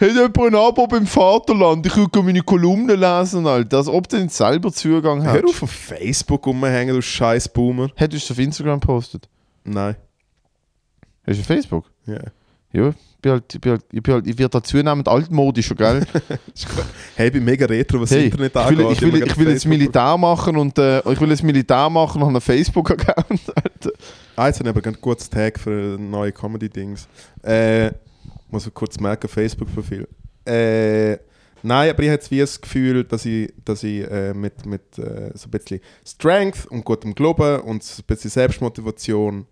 Speaker 3: hat jemand ein Abo beim Vaterland? Ich würde meine Kolumnen lesen, Alter. Als ob du nicht selber Zugang hast.
Speaker 2: Hör auf auf Facebook rumhängen, du scheiß Boomer.
Speaker 3: Hättest du auf Instagram gepostet?
Speaker 2: Nein.
Speaker 3: Hast du Facebook?
Speaker 2: Ja.
Speaker 3: Ja, ich bin halt, ich bin halt, ich bin halt, ich werde halt zunehmend altmodischer, gell?
Speaker 2: Hey, ich bin mega retro, was
Speaker 3: Hey, ich
Speaker 2: Internet
Speaker 3: will,
Speaker 2: angeht.
Speaker 3: ich will, ich will jetzt
Speaker 2: Militär.
Speaker 3: Militär machen und äh, ich will jetzt Militär machen und habe einen Facebook-Account, Alter.
Speaker 2: Ah, jetzt habe ich aber einen guten Tag für neue Comedy-Dings. Äh, muss ich kurz merken, Facebook-Profil. Äh, nein, aber ich habe jetzt wie das Gefühl, dass ich, dass ich äh, mit, mit äh, so ein bisschen Strength und gutem Glauben und so ein bisschen Selbstmotivation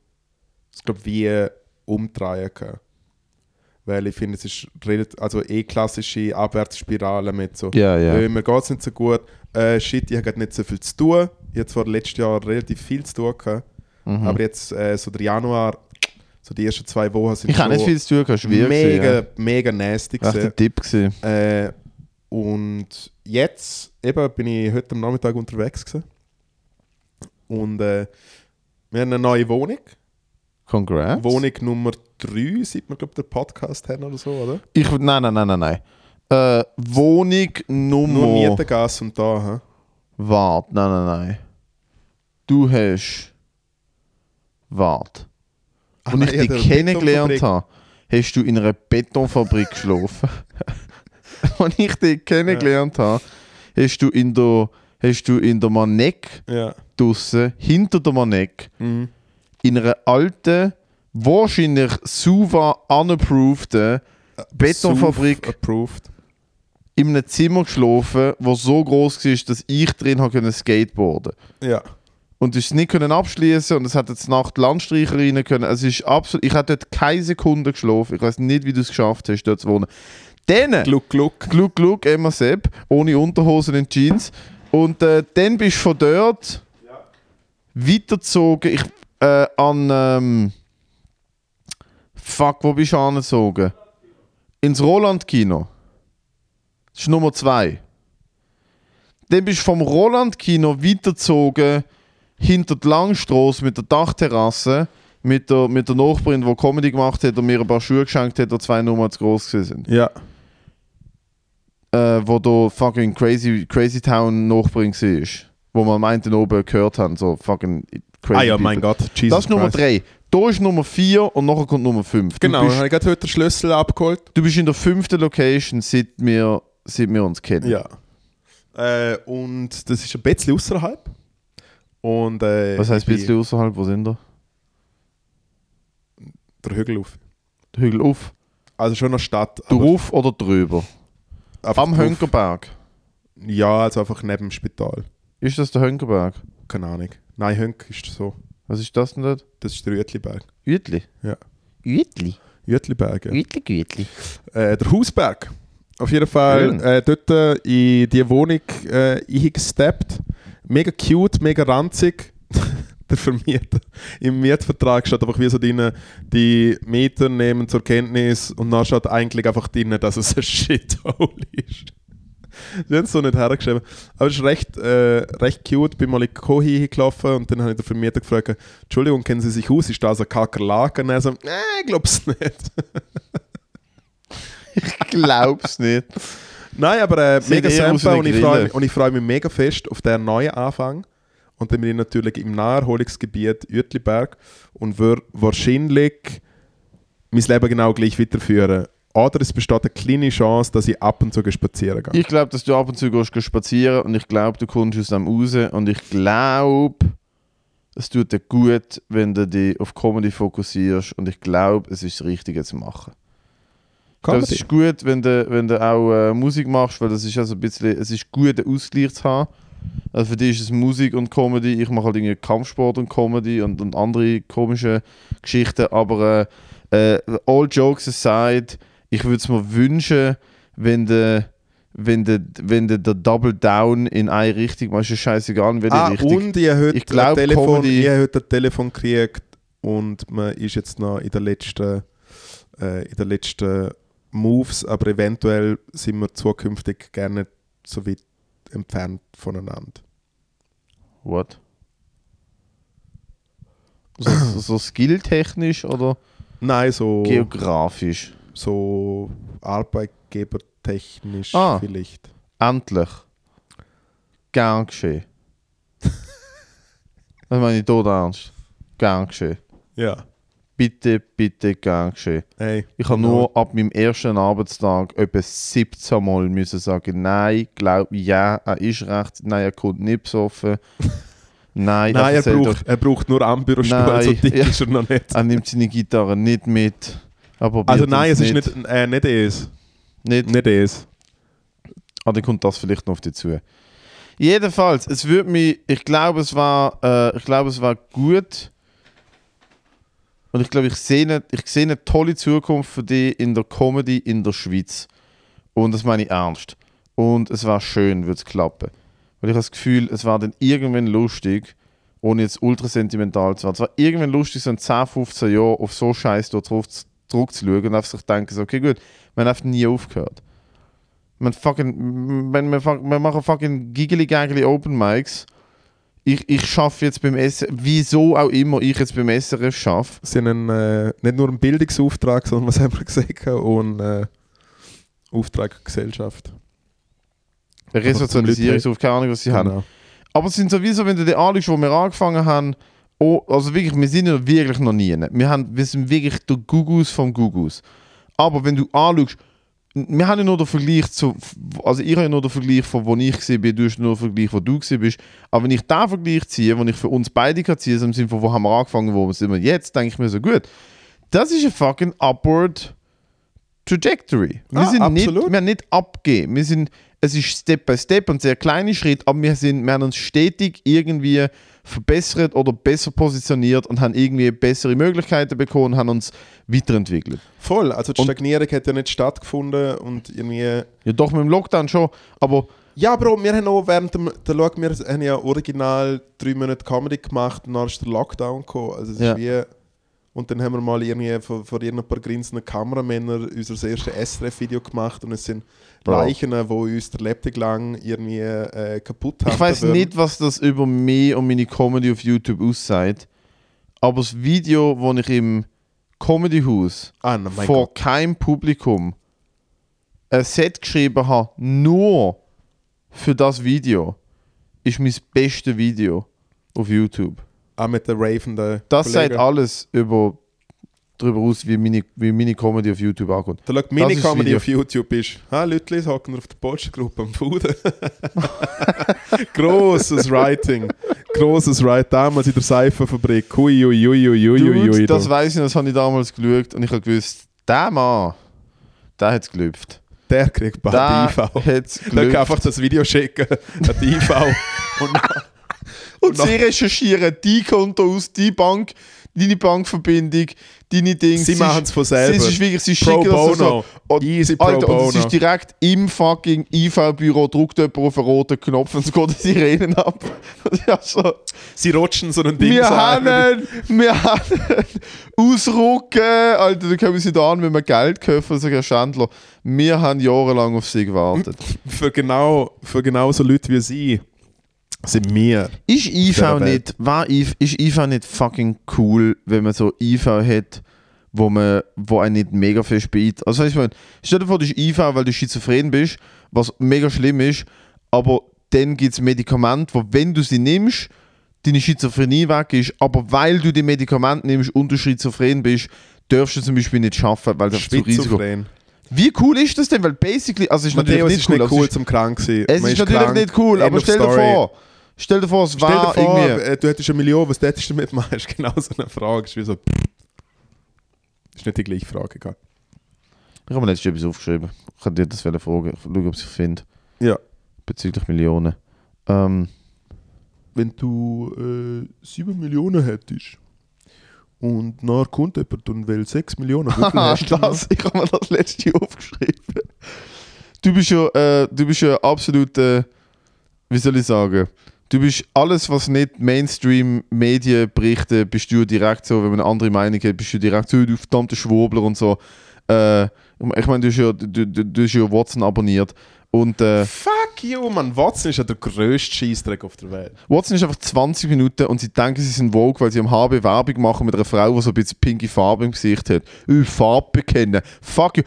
Speaker 2: das glaube wie äh, umdrehen kann. Weil ich finde, es ist relativ, also eh klassische Abwärtsspirale mit so,
Speaker 3: Ja, ja.
Speaker 2: äh, mir geht es nicht so gut, äh, shit, ich habe nicht so viel zu tun. Ich hatte zwar letztes Jahr relativ viel zu tun, gehabt,
Speaker 3: Mhm.
Speaker 2: aber jetzt äh, so der Januar, so die ersten zwei Wochen sind
Speaker 3: Ich habe nicht
Speaker 2: so
Speaker 3: viel zu tun, gehabt, schwierig.
Speaker 2: mega,
Speaker 3: gewesen,
Speaker 2: mega nasty
Speaker 3: ja. Echt
Speaker 2: gewesen.
Speaker 3: ein Tipp gewesen.
Speaker 2: Äh, und jetzt eben bin ich heute am Nachmittag unterwegs gewesen. und äh, wir haben eine neue Wohnung.
Speaker 3: Congrats.
Speaker 2: Wohnung Nummer 3, sieht man, glaube der Podcast haben oder so, oder?
Speaker 3: Ich, nein, nein, nein, nein, nein. Äh, Wohnung
Speaker 2: Nur
Speaker 3: Nummer...
Speaker 2: Mietengas und da. Hm?
Speaker 3: Wart, nein, nein, nein. Du hast... Wart.
Speaker 2: Ah,
Speaker 3: Und
Speaker 2: nein,
Speaker 3: ich
Speaker 2: ja, der
Speaker 3: dich kennengelernt
Speaker 2: Betonfabrik.
Speaker 3: habe, hast du in einer Betonfabrik geschlafen. Als ich dich kennengelernt habe, hast du in der, hast du in der Manek
Speaker 2: Ja.
Speaker 3: draussen, hinter der Manek,
Speaker 2: Mhm.
Speaker 3: in einer alten, wahrscheinlich Suva unapproveden Betonfabrik
Speaker 2: Sauf Approved.
Speaker 3: in einem Zimmer geschlafen, das so groß war, dass ich drin habe können skateboarden
Speaker 2: Ja.
Speaker 3: und es nicht können abschließen und es hat jetzt Nacht Landstreicher rein können. Es ist absolut, ich hatte dort keine Sekunde geschlafen. Ich weiß nicht, wie du es geschafft hast, dort zu wohnen. Dann,
Speaker 2: Gluck, gluck.
Speaker 3: Glück, Glück, Emma Sepp, ohne Unterhosen und Jeans. Und äh, dann bist du von dort weitergezogen. Ich, äh, an, ähm, fuck, wo bist du angezogen? Ins Roland-Kino. Das ist Nummer zwei. Dann bist du vom Roland-Kino weitergezogen hinter die Langstrasse mit der Dachterrasse, mit der, mit der Nachbarin, die Comedy gemacht hat und mir ein paar Schuhe geschenkt hat, die zwei Nummern zu groß gewesen sind
Speaker 2: Ja.
Speaker 3: äh, wo da fucking Crazy, Crazy Town Nachbring war. Wo man meinte, oben gehört haben, so fucking crazy.
Speaker 2: Ah ja,
Speaker 3: people.
Speaker 2: mein Gott. Jesus
Speaker 3: Das ist Nummer
Speaker 2: Christ.
Speaker 3: 3. Da ist Nummer 4 und nachher kommt Nummer 5.
Speaker 2: Genau,
Speaker 3: Du
Speaker 2: dann
Speaker 3: bist,
Speaker 2: habe ich gerade heute den Schlüssel abgeholt.
Speaker 3: du bist in der fünften Location, seit wir, seit wir uns kennen.
Speaker 2: Ja. Genau. Äh, und das ist ein bisschen außerhalb. Und, äh,
Speaker 3: Was heißt
Speaker 2: ich
Speaker 3: ein
Speaker 2: bin
Speaker 3: bisschen außerhalb? Wo sind da?
Speaker 2: Der Hügel auf.
Speaker 3: Der Hügel auf.
Speaker 2: Also schon eine Stadt. aber
Speaker 3: Drauf oder drüber?
Speaker 2: einfach
Speaker 3: Am
Speaker 2: drauf.
Speaker 3: Hönkerberg.
Speaker 2: Ja, also einfach neben dem Spital.
Speaker 3: Ist das der Hönkerberg?
Speaker 2: Keine Ahnung. Nein, Hönk ist so.
Speaker 3: Was ist das denn dort?
Speaker 2: Das ist der Jütliberg.
Speaker 3: Jütli.
Speaker 2: Ja.
Speaker 3: Jütli?
Speaker 2: Jütliberg, ja.
Speaker 3: Jütli, Jütli.
Speaker 2: äh, der Hausberg. Auf jeden Fall
Speaker 3: Schön.
Speaker 2: äh, dort äh, in die Wohnung äh, eingesteppt. Mega cute, mega ranzig. der Vermieter. Im Mietvertrag steht einfach wie so drin, die Mieter nehmen zur Kenntnis und dann steht eigentlich einfach drin, dass es ein Shithole ist. Sie haben es so nicht hergeschrieben. Aber es ist recht, äh, recht cute. Bin mal in Kohi hingelaufen und dann habe ich den Vermieter gefragt, Entschuldigung, kennen Sie sich aus? Ist das ein Kakerlaken? Und er so, nein, ich glaube es nicht.
Speaker 3: Glaub's nicht.
Speaker 2: Nein, aber äh,
Speaker 3: Sind
Speaker 2: mega
Speaker 3: eher aus
Speaker 2: Sample
Speaker 3: den
Speaker 2: und ich, freue
Speaker 3: Grillen.
Speaker 2: mich, und ich freue mich mega fest auf den neuen Anfang. Und dann bin ich natürlich im Naherholungsgebiet Uetliberg und würde wahrscheinlich mein Leben genau gleich weiterführen. Oder es besteht eine kleine Chance, dass ich ab und zu spazieren gehe.
Speaker 3: Ich glaube, dass du ab und zu gehst gehst spazieren und ich glaube, du kommst aus dem raus. Und ich glaube, es tut dir gut, wenn du dich auf Comedy fokussierst. Und ich glaube, es ist das Richtige zu machen. Ich glaube, es
Speaker 2: Comedy.
Speaker 3: ist gut, wenn du, wenn du auch äh, Musik machst, weil das ist also ein bisschen, es ist gut, einen Ausgleich zu haben. Also für dich ist es Musik und Comedy. Ich mache halt irgendwie Kampfsport und Comedy und, und andere komische Geschichten. Aber äh, äh, all jokes aside, Ich würde es mir wünschen, wenn der wenn der, wenn der, der Double Down in eine Richtung machst, ist scheißegal, in welche
Speaker 2: Ah,
Speaker 3: Richtung.
Speaker 2: und ich habe
Speaker 3: Ich glaub,
Speaker 2: heute ein Telefon,
Speaker 3: Comedy-
Speaker 2: ich habe heute ein Telefon gekriegt und man ist jetzt noch in der letzten, äh, in der letzten Moves, aber eventuell sind wir zukünftig gerne so weit entfernt voneinander.
Speaker 3: What? So, so, so skilltechnisch oder
Speaker 2: Nein, so,
Speaker 3: geografisch?
Speaker 2: so arbeitgebertechnisch
Speaker 3: Ah.
Speaker 2: vielleicht.
Speaker 3: Endlich. Gern geschehen. das meine ich tot ernst. Gern geschehen.
Speaker 2: Ja.
Speaker 3: Bitte, bitte gern geschehen.
Speaker 2: Hey,
Speaker 3: Ich habe
Speaker 2: Genau.
Speaker 3: nur ab meinem ersten Arbeitstag etwa 17 Mal müssen sagen, nein, glaub ja, er ist recht, nein, er kommt nicht besoffen. Nein,
Speaker 2: Nein, er
Speaker 3: erzählt
Speaker 2: braucht, er braucht nur einen Bürostuhl,
Speaker 3: Nein,
Speaker 2: so dick
Speaker 3: ja.
Speaker 2: ist er noch nicht.
Speaker 3: doch- er nimmt seine Gitarre nicht mit. Er probiert
Speaker 2: Also nein,
Speaker 3: uns
Speaker 2: es ist nicht, äh, nicht es.
Speaker 3: nicht.
Speaker 2: Nicht es.
Speaker 3: Ah, dann kommt das vielleicht noch auf dich zu. Jedenfalls, es würde mich, ich glaube, es war, äh, ich glaube, es war gut. Und ich glaube, ich sehe eine, ich sehe eine tolle Zukunft für dich in der Comedy in der Schweiz. Und das meine ich ernst. Und es war schön, würde es klappen. Weil ich habe das Gefühl, es war dann irgendwann lustig, ohne jetzt ultra sentimental zu werden. Es war irgendwann lustig, so in 10, 15 Jahren auf so Scheiß dort drauf zu- zurückzuschauen und einfach sich denken, so, okay, gut, wir haben einfach nie aufgehört. Man fucking, wenn wir, fuck- wir machen fucking giggly gaggly Open Mics. Ich, ich schaffe jetzt beim SRF, wieso auch immer ich jetzt beim SRF schaffe.
Speaker 2: Sie haben einen, äh, nicht nur einen Bildungsauftrag, sondern was haben wir gesagt, auch einen äh, Auftrag an die Gesellschaft.
Speaker 3: Resozialisierungsauf, keine Ahnung, was sie
Speaker 2: Genau.
Speaker 3: haben. Aber es sind sowieso, wenn du dir anlegst, wo wir angefangen haben, oh, also wirklich, wir sind ja wirklich noch nie. ne? Wir, haben, wir sind wirklich der Gugus vom Gugus. Aber wenn du anschaust, wir haben ja nur den Vergleich zu, also ich habe ja nur den Vergleich von wo ich gesehen bin, du hast nur den Vergleich, wo du gesehen bist. Aber wenn ich den Vergleich ziehe, den ich für uns beide kann ziehen, also im Sinne von wo haben wir angefangen, wo sind wir jetzt, denke ich mir so, gut, das ist eine fucking upward trajectory. Wir
Speaker 2: Ah,
Speaker 3: sind
Speaker 2: absolut.
Speaker 3: nicht, wir haben nicht abgegeben. Wir sind, es ist Step by Step und sehr kleine Schritt, aber wir, sind, wir haben uns stetig irgendwie verbessert oder besser positioniert und haben irgendwie bessere Möglichkeiten bekommen, haben uns weiterentwickelt.
Speaker 2: Voll, also die
Speaker 3: Und-
Speaker 2: Stagnierung hat ja nicht stattgefunden und irgendwie...
Speaker 3: Ja, doch mit dem Lockdown schon, aber
Speaker 2: Ja, Bro, wir haben auch während dem... Der Schau, wir haben ja original drei Monate Comedy gemacht und dann ist der Lockdown gekommen. Also es
Speaker 3: Ja.
Speaker 2: ist wie... Und dann haben wir mal irgendwie vor, vor irgendein paar grinsenden Kameramännern unser erstes SRF-Video gemacht und es sind
Speaker 3: Bro.
Speaker 2: Leichen, die uns der Lebtag lang irgendwie äh, kaputt haben.
Speaker 3: ich weiß nicht, was das über mich und meine Comedy auf YouTube aussagt. Aber das Video, das ich im Comedy House
Speaker 2: Ah, nein, mein
Speaker 3: vor
Speaker 2: Gott.
Speaker 3: keinem Publikum ein Set geschrieben habe, nur für das Video, ist mein bestes Video auf YouTube.
Speaker 2: Ah, mit den ravenden
Speaker 3: Das
Speaker 2: Kollegen.
Speaker 3: sagt alles über, darüber aus, wie meine, wie meine Comedy auf YouTube ankommt.
Speaker 2: Da schaut
Speaker 3: Das
Speaker 2: meine
Speaker 3: ist
Speaker 2: Comedy
Speaker 3: Video.
Speaker 2: auf YouTube ist. Ha, Leute hocken auf der Postgruppe am Fuden. Grosses Writing. Grosses Writing. Damals in der Seifenfabrik. Hui, hui, hui, hui, hui, hui,
Speaker 3: Dude,
Speaker 2: hui.
Speaker 3: das weiß ich, das habe ich damals geschaut und ich habe gewusst, der Mann, der hat es gelüpft.
Speaker 2: der kriegt bald
Speaker 3: Der
Speaker 2: der,
Speaker 3: hat
Speaker 2: IV.
Speaker 3: es
Speaker 2: Der kann
Speaker 3: gelüpft.
Speaker 2: einfach das Video schicken an die IV. Und
Speaker 3: Und
Speaker 2: noch-
Speaker 3: sie recherchieren die Konto aus, die Bank, deine Bankverbindung, deine Dings.
Speaker 2: sie machen es von selber.
Speaker 3: Es ist wirklich, sie
Speaker 2: pro
Speaker 3: schicken das
Speaker 2: bono.
Speaker 3: so. Und,
Speaker 2: Easy pro
Speaker 3: Alter, und es
Speaker 2: bono.
Speaker 3: ist direkt im fucking IV-Büro, drückt jemand auf einen roten Knopf und es geht die Sirenen ab. ja, so.
Speaker 2: Sie rutschen so ein Ding
Speaker 3: Wir
Speaker 2: so ein.
Speaker 3: haben, wir haben ausrücken. Alter, da kommen sie da an, wenn wir Geld kaufen, sagen Herr Schandler. Wir haben jahrelang auf sie gewartet.
Speaker 2: Für genau, für genau so Leute wie sie sind wir.
Speaker 3: Ist IV
Speaker 2: dieser Welt.
Speaker 3: nicht, war IV, ist IV nicht fucking cool, wenn man so IV hat, wo man, wo einen nicht mega viel spielt? Also ich meine, stell dir vor, du bist IV, weil du schizophren bist, was mega schlimm ist, aber dann gibt es Medikamente, wo wenn du sie nimmst, deine Schizophrenie weg ist, aber weil du die Medikamente nimmst und du schizophren bist, darfst du zum Beispiel nicht schaffen, weil das zu Risiko.
Speaker 2: Schizophren.
Speaker 3: Wie cool ist das denn? Weil basically, also es ist
Speaker 2: Matteo, es
Speaker 3: natürlich
Speaker 2: ist
Speaker 3: nicht cool,
Speaker 2: nicht
Speaker 3: aber
Speaker 2: cool
Speaker 3: es ist,
Speaker 2: zum krank sein.
Speaker 3: es
Speaker 2: Man
Speaker 3: ist natürlich
Speaker 2: krank.
Speaker 3: nicht cool,
Speaker 2: End
Speaker 3: aber
Speaker 2: of
Speaker 3: stell dir
Speaker 2: story.
Speaker 3: vor, stell dir vor, es
Speaker 2: Stell dir
Speaker 3: war
Speaker 2: vor,
Speaker 3: irgendwie...
Speaker 2: äh, du hättest eine Million, was hättest du damit machen? Ist genau so eine Frage. Ist wie so. Ist nicht die gleiche Frage, gell?
Speaker 3: Ich habe mir letztens etwas aufgeschrieben. Ich kann dir das wollen fragen. Ich schaue, ob ich es finde.
Speaker 2: Ja.
Speaker 3: Bezüglich Millionen. Ähm,
Speaker 2: Wenn du äh, 7 Millionen hättest Und nachher kommt jemand und will 6 Millionen. Wie viel
Speaker 3: Ah,
Speaker 2: hast du denn
Speaker 3: das, ich habe mir das letzte aufgeschrieben. Du bist ja, äh, du bist ja absolut, äh, wie soll ich sagen, du bist alles, was nicht Mainstream-Medien berichten, bist du direkt so, wenn man eine andere Meinung hat, bist du direkt so, du verdammter Schwurbler und so. Äh, ich meine, du, hast ja, du, du, du hast ja Watson abonniert und äh,
Speaker 2: noch? Fuck you, Mann. Watson ist ja der grösste Scheißdreck auf der Welt.
Speaker 3: Watson ist einfach 20 Minuten und sie denken, sie sind Vogue, weil sie am HB Werbung machen mit einer Frau, die so ein bisschen pinke Farbe im Gesicht hat. Äh, Farbe bekennen. Fuck you.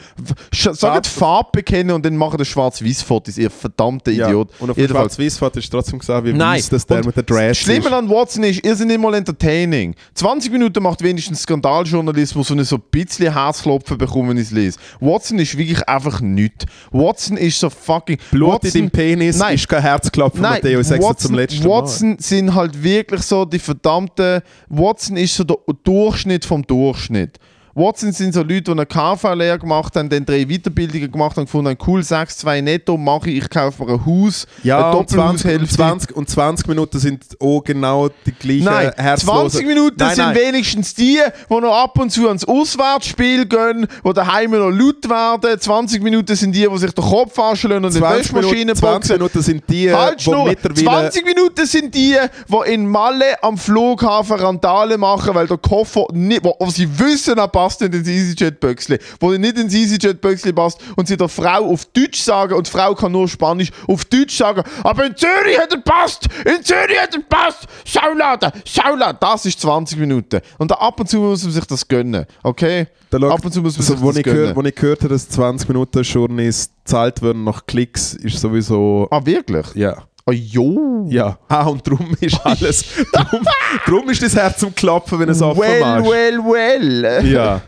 Speaker 3: Sch sagt Farbe bekennen und dann machen das schwarz-weiß-Fotos, ihr verdammte Idiot.
Speaker 2: Und auf jeden Fall,
Speaker 3: Jedenfalls.
Speaker 2: Swiss hat ist trotzdem gesagt, wie
Speaker 3: Nein.
Speaker 2: weiss, dass der
Speaker 3: Und
Speaker 2: mit der Dress
Speaker 3: Schlimmer
Speaker 2: ist.
Speaker 3: an Watson ist, ihr seid nicht mal entertaining. 20 Minuten macht wenigstens Skandaljournalismus und ich so ein bisschen Herzklopfen bekomme, wenn ich es lese. Watson ist wirklich einfach nichts. Watson ist so fucking...
Speaker 2: Blut in
Speaker 3: Watson-
Speaker 2: deinem Penis
Speaker 3: Nein.
Speaker 2: ist kein Herzklopfen, Matteo. Ich sag's dir zum letzten
Speaker 3: Watson sind halt wirklich so die verdammten. Watson ist so der Durchschnitt vom Durchschnitt. Watson sind so Leute, die eine KV-Lehre gemacht haben, dann drei Weiterbildungen gemacht haben, gefunden haben, cool, 6,2 netto mache ich, ich kaufe mir ein Haus,
Speaker 2: Mal. Ja,
Speaker 3: eine
Speaker 2: und 20, und
Speaker 3: Doppelhaushälfte.
Speaker 2: 20, und 20 Minuten sind auch genau die gleichen
Speaker 3: Nein,
Speaker 2: herzlosen...
Speaker 3: 20 Minuten
Speaker 2: Nein,
Speaker 3: sind
Speaker 2: nein.
Speaker 3: wenigstens die, die noch ab und zu ans Auswärtsspiel gehen, die daheim noch laut werden. 20 Minuten sind die, die sich den Kopf anschlagen und in die
Speaker 2: 20
Speaker 3: Waschmaschine
Speaker 2: Minuten, 20
Speaker 3: boxen.
Speaker 2: Minuten sind die,
Speaker 3: Halt,
Speaker 2: die
Speaker 3: Schnur!
Speaker 2: Äh, mittlerweile...
Speaker 3: 20 Minuten sind die, die in Malle am Flughafen Randale machen, weil der Koffer nicht, wo, wo sie wissen, er passt nicht ins EasyJet-Böxli. Wo er nicht ins EasyJet-Böxli passt und sie der Frau auf Deutsch sagen und die Frau kann nur Spanisch auf Deutsch sagen, aber in Zürich hat er passt! In Zürich hat er passt! Schauladen! Schauladen! Das ist 20 Minuten. Und da ab und zu muss man sich das gönnen, okay?
Speaker 2: Da schaut-
Speaker 3: ab und zu muss man
Speaker 2: also,
Speaker 3: sich
Speaker 2: wo
Speaker 3: das
Speaker 2: ich
Speaker 3: gönnen.
Speaker 2: gehört, wo ich gehört habe, dass 20 Minuten Journeys gezahlt werden nach Klicks, ist sowieso...
Speaker 3: ah, wirklich?
Speaker 2: Ja.
Speaker 3: Ah, jo!
Speaker 2: Ja. Ah, und drum ist alles... drum, drum ist das Herz am Klopfen, wenn es
Speaker 3: Well, well, well.
Speaker 2: Ja.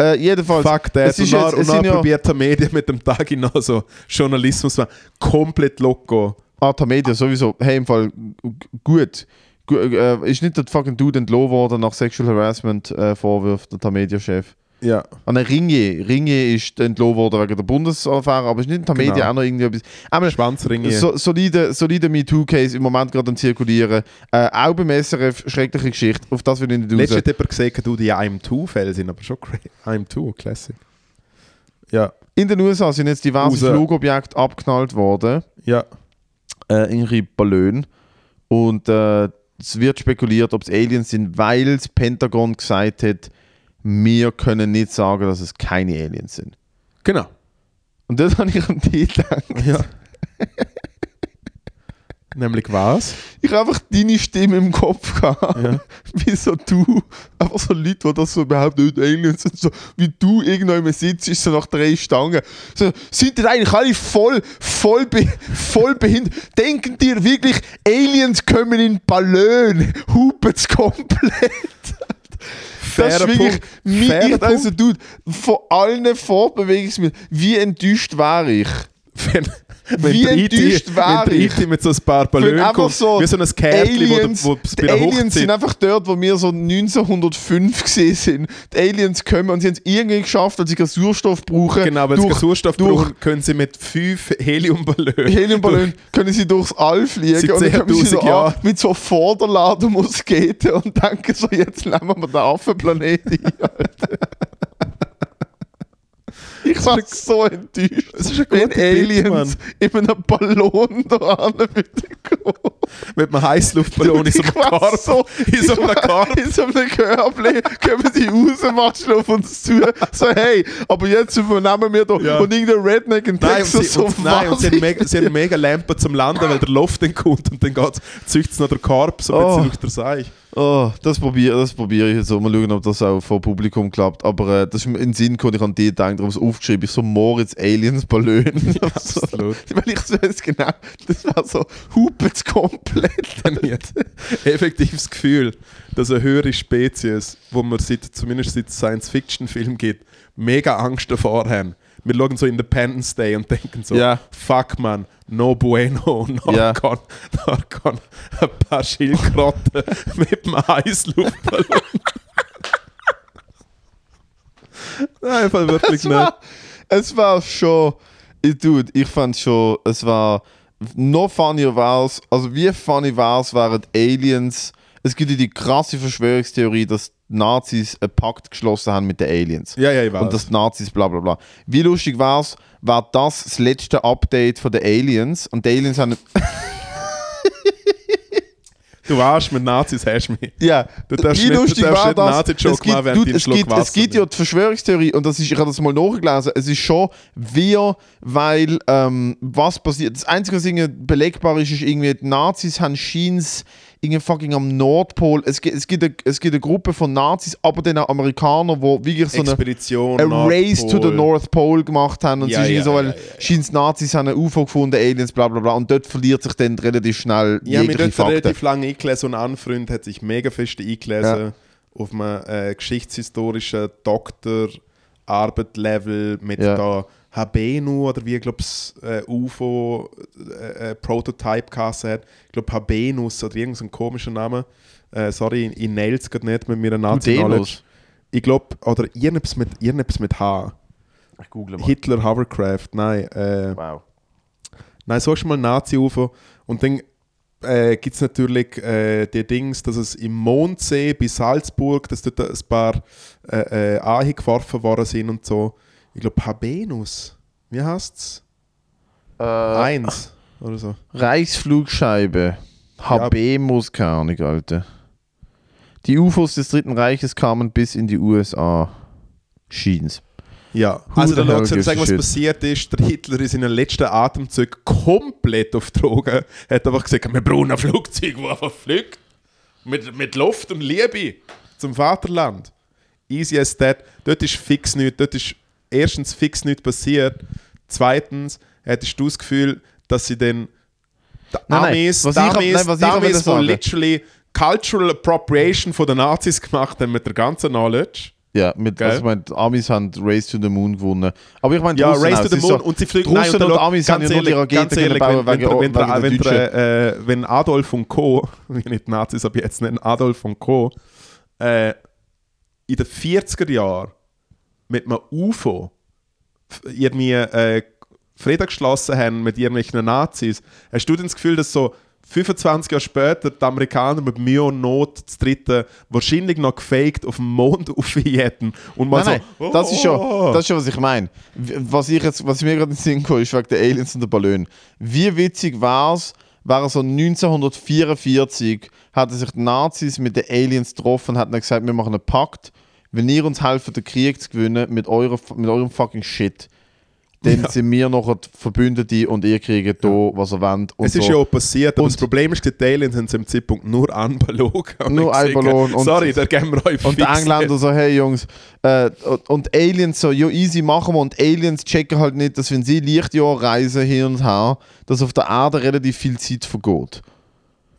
Speaker 3: Äh, jedenfalls.
Speaker 2: Fuck that.
Speaker 3: Es ist
Speaker 2: und dann,
Speaker 3: jetzt,
Speaker 2: und
Speaker 3: es
Speaker 2: dann
Speaker 3: sind ja,
Speaker 2: probiert die Medien mit dem Tag in so Journalismus zu machen. komplett loco.
Speaker 3: ah, die Medien sowieso. Hey, im Fall g- gut. Gu- äh, ist nicht der fucking Dude entlohnt worden nach Sexual Harassment äh, Vorwürfen, der Tamedia-Chef. Ah,
Speaker 2: Ja.
Speaker 3: An der Ringe. Ringe ist entlohnt worden wegen der Bundesaffäre, aber ist nicht in Tamedia
Speaker 2: Genau.
Speaker 3: auch noch irgendwie etwas. Aber
Speaker 2: Schwanzringe.
Speaker 3: so, solide, solide MeToo-Case im Moment gerade am Zirkulieren. Äh, auch beim SRF, schreckliche Geschichte. Auf das will ich nicht raus.
Speaker 2: Letztes hat jemand gesehen, du die I'm2-Fälle sind, aber schon crazy. I'm2, Classic. Ja.
Speaker 3: In den USA sind jetzt diverse
Speaker 2: Raus.
Speaker 3: Flugobjekte abgeknallt worden.
Speaker 2: Ja.
Speaker 3: äh, irgendwie Ballon. Und äh, es wird spekuliert, ob es Aliens sind, weil das Pentagon gesagt hat, wir können nicht sagen, dass es keine Aliens sind.
Speaker 2: Genau.
Speaker 3: Und das habe ich an die gedacht.
Speaker 2: Ja. Nämlich was?
Speaker 3: Ich habe einfach deine Stimme im Kopf gehabt.
Speaker 2: Ja.
Speaker 3: Wie so du, einfach so Leute, die das so überhaupt nicht Aliens sind, so wie du irgendwo sitzt, ist so nach drei Stangen. So, sind die eigentlich alle voll, voll, be voll behindert? Denken dir wirklich, Aliens kommen in Ballon, hupen es komplett? Das
Speaker 2: Fairer
Speaker 3: ist wirklich,
Speaker 2: Punkt.
Speaker 3: mi-
Speaker 2: Fairer
Speaker 3: ich, also Dude, von allen Fortbewegungsmitteln, wie enttäuscht wäre ich?
Speaker 2: Wenn, wenn
Speaker 3: Wie
Speaker 2: der
Speaker 3: enttäuscht
Speaker 2: IT,
Speaker 3: wär
Speaker 2: wenn der
Speaker 3: ich?
Speaker 2: IT mit so ein paar
Speaker 3: Wenn
Speaker 2: Ballonen
Speaker 3: einfach
Speaker 2: kommt,
Speaker 3: so
Speaker 2: wie so ein Kärtchen,
Speaker 3: Aliens,
Speaker 2: wo es bei
Speaker 3: die
Speaker 2: einer
Speaker 3: Aliens sind
Speaker 2: Hochzeit...
Speaker 3: einfach dort, wo wir so 1905 gesehen sind. Die Aliens kommen und sie haben es irgendwie geschafft, weil sie keinen Sauerstoff brauchen.
Speaker 2: Genau, weil sie
Speaker 3: durch,
Speaker 2: keinen Sauerstoff
Speaker 3: durch-
Speaker 2: brauchen, können sie mit fünf Heliumballons...
Speaker 3: Heliumballon können sie durchs All fliegen
Speaker 2: Seit
Speaker 3: und dann kommen sie
Speaker 2: 10.000
Speaker 3: so an,
Speaker 2: Jahren.
Speaker 3: mit so Vorderladen Musketen und denken so, jetzt nehmen wir den Affenplaneten ein. Alter. Ich war so enttäuscht,
Speaker 2: Das ist ein
Speaker 3: wenn
Speaker 2: guter Bit, Mann.
Speaker 3: Aliens in einem Ballon da kommen.
Speaker 2: mit einem Heißluftballon in so einem
Speaker 3: Ich weiß
Speaker 2: Korb.
Speaker 3: so,
Speaker 2: in so einem Korb.
Speaker 3: in so einem Körbchen kommen die raus, matschen auf uns zu. So, hey, aber jetzt übernehmen wir da.
Speaker 2: Ja.
Speaker 3: Und irgendein Redneck in
Speaker 2: Nein, und
Speaker 3: Texas
Speaker 2: sie,
Speaker 3: so
Speaker 2: und, nein, und sie, haben
Speaker 3: wahnsinnig-
Speaker 2: mega, sie haben mega Lampen zum Landen, weil der Luft dann kommt und dann geht's, züchtet es noch der Korb so ein
Speaker 3: Oh.
Speaker 2: bisschen durch der Seich.
Speaker 3: Oh, das probiere das probiere ich jetzt auch. Mal schauen, ob das auch vor Publikum klappt. Aber äh, das ist mir in den Sinn gekommen, ich an die gedacht, darum habe ich es aufgeschrieben. Ich so, Moritz Aliens Ballon. so,
Speaker 2: absolut.
Speaker 3: weil ich weiß genau, das war so, hupet's komplett.
Speaker 2: Dann nicht. Effektives Gefühl, dass eine höhere Spezies, wo man seit, zumindest seit Science-Fiction-Filmen gibt, mega Angst davor haben. Wir schauen so Independence Day und denken so,
Speaker 3: Ja.
Speaker 2: fuck man, no bueno, no
Speaker 3: Ja.
Speaker 2: kann, no kann ein paar Schildkröten mit einem Heißluftballon. Nein, Einfach wirklich
Speaker 3: es
Speaker 2: nicht.
Speaker 3: war, es war schon, ich, dude, ich fand schon, es war noch funnier war's, also wie funny war's, waren die Aliens. Es gibt ja die krasse Verschwörungstheorie, dass die Nazis einen Pakt geschlossen haben mit den Aliens.
Speaker 2: Ja, ja, ich weiß.
Speaker 3: Und dass die Nazis bla bla bla. Wie lustig war's, war das das letzte Update von den Aliens und die Aliens haben...
Speaker 2: du warst mit Nazis, hast mich.
Speaker 3: Ja,
Speaker 2: Du darfst nicht- du darfst nicht Nazi-Joke
Speaker 3: es gibt,
Speaker 2: machen, während
Speaker 3: dude,
Speaker 2: du einen
Speaker 3: es,
Speaker 2: Schluck
Speaker 3: gibt,
Speaker 2: Wasser
Speaker 3: es gibt ja
Speaker 2: nimmst.
Speaker 3: die Verschwörungstheorie, und das ist, ich habe das mal nachgelesen, es ist schon wir, weil ähm, was passiert, das Einzige, was irgendwie belegbar ist, ist irgendwie, die Nazis haben Schiens irgendwie fucking am Nordpol, es, gibt- es, gibt eine, es gibt eine Gruppe von Nazis, aber dann auch Amerikaner, die wirklich so eine...
Speaker 2: Expedition,
Speaker 3: A Race to the
Speaker 2: Nordpol.
Speaker 3: North Pole gemacht haben und
Speaker 2: Ja,
Speaker 3: ja, ja,
Speaker 2: ja,
Speaker 3: so, weil
Speaker 2: ja, ja,
Speaker 3: scheint's Nazis haben ein UFO gefunden, Aliens, bla bla bla und dort verliert sich dann relativ schnell
Speaker 2: Ja, mir
Speaker 3: jegliche
Speaker 2: hat
Speaker 3: Fakten.
Speaker 2: relativ lange eingelesen und ein Freund hat sich mega fest eingelesen auf einem äh, geschichtshistorischen Doktorarbeit-Level mit
Speaker 3: Ja.
Speaker 2: da Habenu oder wie, glaube ich, äh, UFO äh, äh, Prototype Kasse hat. Ich glaube, Habenus oder irgendein so ein komischer Name. Äh, sorry, ich, ich nail's grad nicht mit meiner Nazi-Knowledge.
Speaker 3: Denus.
Speaker 2: Ich glaube, oder irgendetwas mit, irgendetwas mit H.
Speaker 3: Ich google
Speaker 2: Hitler Hovercraft, nein. Äh,
Speaker 3: Wow.
Speaker 2: Nein, suchst mal Nazi-UFO und dann äh, gibt es natürlich äh, die Dings, dass es im Mondsee bei Salzburg, dass dort ein paar äh, äh, Ahe geworfen worden sind und so. Ich glaube, Habenus. Wie heißt es? Eins oder so.
Speaker 3: Reichsflugscheibe. HB muss keine Ahnung, Alter. Die UFOs des Dritten Reiches kamen bis in die USA. Schien's.
Speaker 2: Ja,
Speaker 3: Who
Speaker 2: also
Speaker 3: the
Speaker 2: da
Speaker 3: hell
Speaker 2: lässt sich
Speaker 3: gives
Speaker 2: sagen,
Speaker 3: a
Speaker 2: was
Speaker 3: shit?
Speaker 2: passiert ist. Der Hitler ist in den letzten Atemzug komplett auf Drogen. Er hat einfach gesagt, wir brauchen ein Flugzeug, das einfach fliegt. Mit, mit Luft und Liebe zum Vaterland. Easy as that. Dort ist fix nichts. Dort ist erstens fix nichts passiert. Zweitens hattest du das Gefühl, dass sie den
Speaker 3: Nein, nein,
Speaker 2: Amis,
Speaker 3: was ich hab-
Speaker 2: Amis,
Speaker 3: nein, was ich hab
Speaker 2: Amis,
Speaker 3: wollte
Speaker 2: die
Speaker 3: sagen.
Speaker 2: literally Cultural Appropriation von den Nazis gemacht haben mit der ganzen Knowledge.
Speaker 3: Ja, mit,
Speaker 2: Geil.
Speaker 3: also ich meine, die Amis haben Race to the Moon gewonnen. Aber ich meine, die
Speaker 2: Ja,
Speaker 3: Russen
Speaker 2: Race
Speaker 3: auch.
Speaker 2: to
Speaker 3: Es
Speaker 2: the
Speaker 3: ist
Speaker 2: Moon und sie fliegen
Speaker 3: die Russen
Speaker 2: nein,
Speaker 3: und
Speaker 2: dann
Speaker 3: Amis
Speaker 2: schau,
Speaker 3: haben ja
Speaker 2: ganz
Speaker 3: nur die
Speaker 2: ehrlich,
Speaker 3: Raketen
Speaker 2: ganz ehrlich,
Speaker 3: können bauen
Speaker 2: wenn,
Speaker 3: wegen,
Speaker 2: wenn,
Speaker 3: wegen
Speaker 2: der-
Speaker 3: der
Speaker 2: wenn,
Speaker 3: Deutschen.
Speaker 2: der, äh, äh, wenn Adolf und Co., wie nicht Nazis, aber jetzt nennen, Adolf und Co., äh, in den 40er Jahren mit einem UFO f- irgendwie äh, Frieden geschlossen haben mit irgendwelchen Nazis, hast du denn das Gefühl, dass so 25 Jahre später die Amerikaner mit Mühe und Not zu dritten wahrscheinlich noch gefaked auf dem Mond aufjäten und mal
Speaker 3: nein,
Speaker 2: so
Speaker 3: nein, das ist schon,
Speaker 2: oh.
Speaker 3: das ist schon, was ich meine. W- Was, ich jetzt, was mir gerade in den Sinn kam, ist wegen der Aliens und der Ballon. Wie witzig war es, wäre so 1944, hatten sich die Nazis mit den Aliens getroffen und hatten dann gesagt, wir machen einen Pakt, wenn ihr uns helft, den Krieg zu gewinnen mit, eurer, mit eurem fucking Shit. Dann sind wir noch Verbündete und ihr kriegt da, was ihr wollt. Und
Speaker 2: Es ist
Speaker 3: so.
Speaker 2: ja auch passiert, aber
Speaker 3: Und-
Speaker 2: das Problem ist, die Aliens haben sie im Zeitpunkt nur anbelogen. Und
Speaker 3: Nur
Speaker 2: haben gesagt,
Speaker 3: anbelogen und-
Speaker 2: Sorry, da geben wir euch
Speaker 3: Und die Engländer so, hey Jungs, äh, und- und Aliens so, ja easy machen wir. Und Aliens checken halt nicht, dass wenn sie Lichtjahr reisen hin und her, dass auf der Erde relativ viel Zeit vergeht.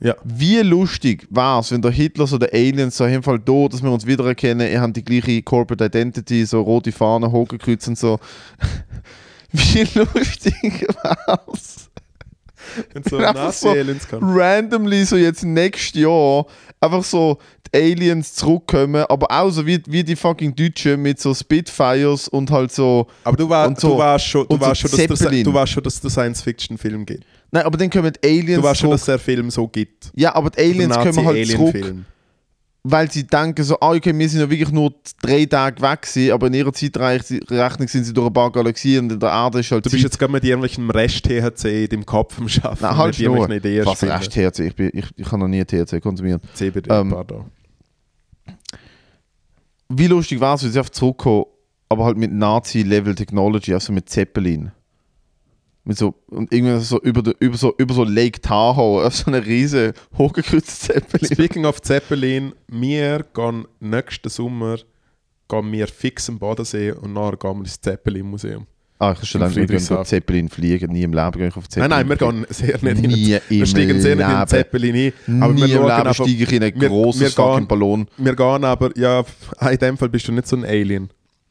Speaker 2: Ja.
Speaker 3: Wie lustig war es, wenn der Hitler so der Aliens so, im Fall da, dass wir uns wiedererkennen, ihr habt die gleiche Corporate Identity, so rote Fahnen, Hakenkreuz und so. Wie lustig war es?
Speaker 2: Und so
Speaker 3: Einfach
Speaker 2: Nazi-Aliens
Speaker 3: so
Speaker 2: kommen.
Speaker 3: randomly so jetzt nächstes Jahr einfach so die Aliens zurückkommen, aber auch so wie, wie die fucking Deutschen mit so Spitfires und halt so.
Speaker 2: Aber du, war,
Speaker 3: und so-
Speaker 2: du warst schon, du
Speaker 3: und so
Speaker 2: warst schon, dass der,
Speaker 3: Zeppelin.
Speaker 2: du warst schon, dass der Science-Fiction-Film gibt.
Speaker 3: Nein, aber dann kommen die
Speaker 2: Du
Speaker 3: Aliens
Speaker 2: warst schon,
Speaker 3: zurück.
Speaker 2: dass der Film so gibt.
Speaker 3: Ja, aber die
Speaker 2: Der
Speaker 3: Aliens kommen halt zurück,
Speaker 2: Nazi-Alien-Film.
Speaker 3: weil sie denken so, ah, okay, wir sind ja wirklich nur drei Tage weg gewesen, aber in ihrer Zeitrechnung sind sie durch ein paar Galaxien und der Erde ist halt
Speaker 2: Du bist
Speaker 3: Zeit-
Speaker 2: jetzt gerade mit irgendwelchem Rest-THC in deinem Kopf am Schaffen.
Speaker 3: Nein, halt
Speaker 2: mit irgendwelchen
Speaker 3: schnurren.
Speaker 2: Ideen
Speaker 3: Was
Speaker 2: spielen.
Speaker 3: Rest THC? Ich, bin- ich, ich habe noch nie THC konsumiert.
Speaker 2: CBD,
Speaker 3: Ähm,
Speaker 2: pardon.
Speaker 3: wie lustig war es, wenn sie auf zurückkommen, aber halt mit Nazi-Level-Technology, also mit Zeppelin. Mit so, und irgendwie so über, der- über, so, über so Lake Tahoe, auf so eine riesen hochgekürzte Zeppelin.
Speaker 2: Speaking of Zeppelin, wir gehen nächsten Sommer gehen wir fix am Bodensee und nachher gehen wir ins Zeppelin-Museum.
Speaker 3: Ah, ich habe schon
Speaker 2: Im
Speaker 3: lange nicht mehr
Speaker 2: Friedrichshafen.
Speaker 3: auf Zeppelin fliegen, nie im Leben gehe ich auf Zeppelin.
Speaker 2: Nein, nein, wir gehen sehr nicht in
Speaker 3: Nie
Speaker 2: wir
Speaker 3: im
Speaker 2: steigen sehr nicht in den
Speaker 3: Leben.
Speaker 2: Zeppelin ein.
Speaker 3: aber
Speaker 2: Aber
Speaker 3: nie
Speaker 2: wir
Speaker 3: im
Speaker 2: schauen
Speaker 3: Leben
Speaker 2: aber-
Speaker 3: steige ich in einen
Speaker 2: wir-
Speaker 3: großen
Speaker 2: wir
Speaker 3: fucking
Speaker 2: gehen-
Speaker 3: Ballon.
Speaker 2: Wir gehen aber, ja, in dem Fall bist du nicht so ein Alien.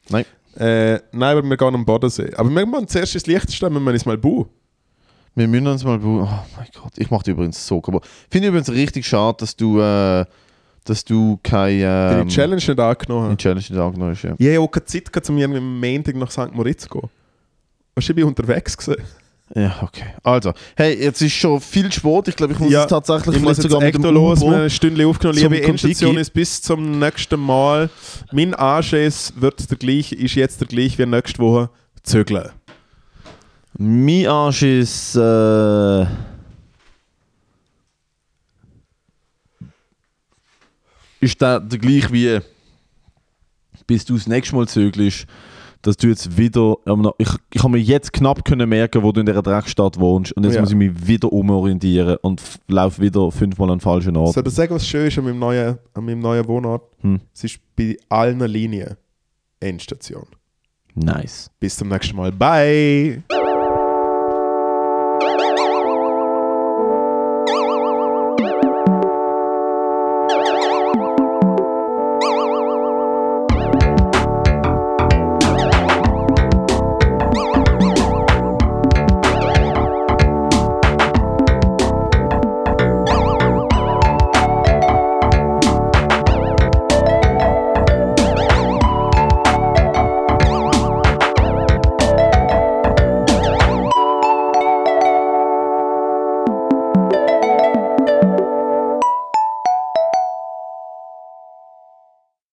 Speaker 3: Nein.
Speaker 2: Äh, nein, aber wir gehen am Bodensee. Aber wir müssen zuerst ins Licht stellen, wenn wir uns mal bauen.
Speaker 3: Wir müssen uns mal. be- Oh mein Gott, ich mache die übrigens so kaputt. Finde ich übrigens richtig schade, dass du, äh, dass du keine.
Speaker 2: Deine
Speaker 3: Ähm,
Speaker 2: Challenge nicht angenommen
Speaker 3: die
Speaker 2: hast.
Speaker 3: Challenge nicht angenommen hast. Ja.
Speaker 2: Ich habe auch keine Zeit, gehabt, um irgendwie am Montag nach St. Moritz zu gehen. Weißt du, ich bin unterwegs. gewesen.
Speaker 3: Ja, okay. Also, hey, jetzt ist schon viel Sport. Ich glaube, ich muss
Speaker 2: Ja,
Speaker 3: jetzt tatsächlich
Speaker 2: Ich muss
Speaker 3: vielleicht
Speaker 2: jetzt echt los, wir haben ein Stündchen aufgenommen.
Speaker 3: zum
Speaker 2: Liebe Endstation
Speaker 3: Kontiki.
Speaker 2: ist bis zum nächsten Mal. Mein Anschiss wird der gleich, ist jetzt der gleich wie nächste Woche. Zögeln.
Speaker 3: Mein Arsch ist. Äh, ist der, der gleich wie. Bis du das nächste Mal zögelst, dass du jetzt wieder. am Na- Ich, ich habe mir jetzt knapp können merken, wo du in dieser Dreckstadt wohnst. Und jetzt
Speaker 2: Oh Ja.
Speaker 3: muss ich mich wieder umorientieren und f- laufe wieder fünfmal an den falschen Ort.
Speaker 2: Soll ich dir sagen, was schön ist an meinem neuen, an meinem neuen Wohnort?
Speaker 3: Hm.
Speaker 2: Es ist bei allen Linien Endstation.
Speaker 3: Nice.
Speaker 2: Bis zum nächsten Mal. Bye!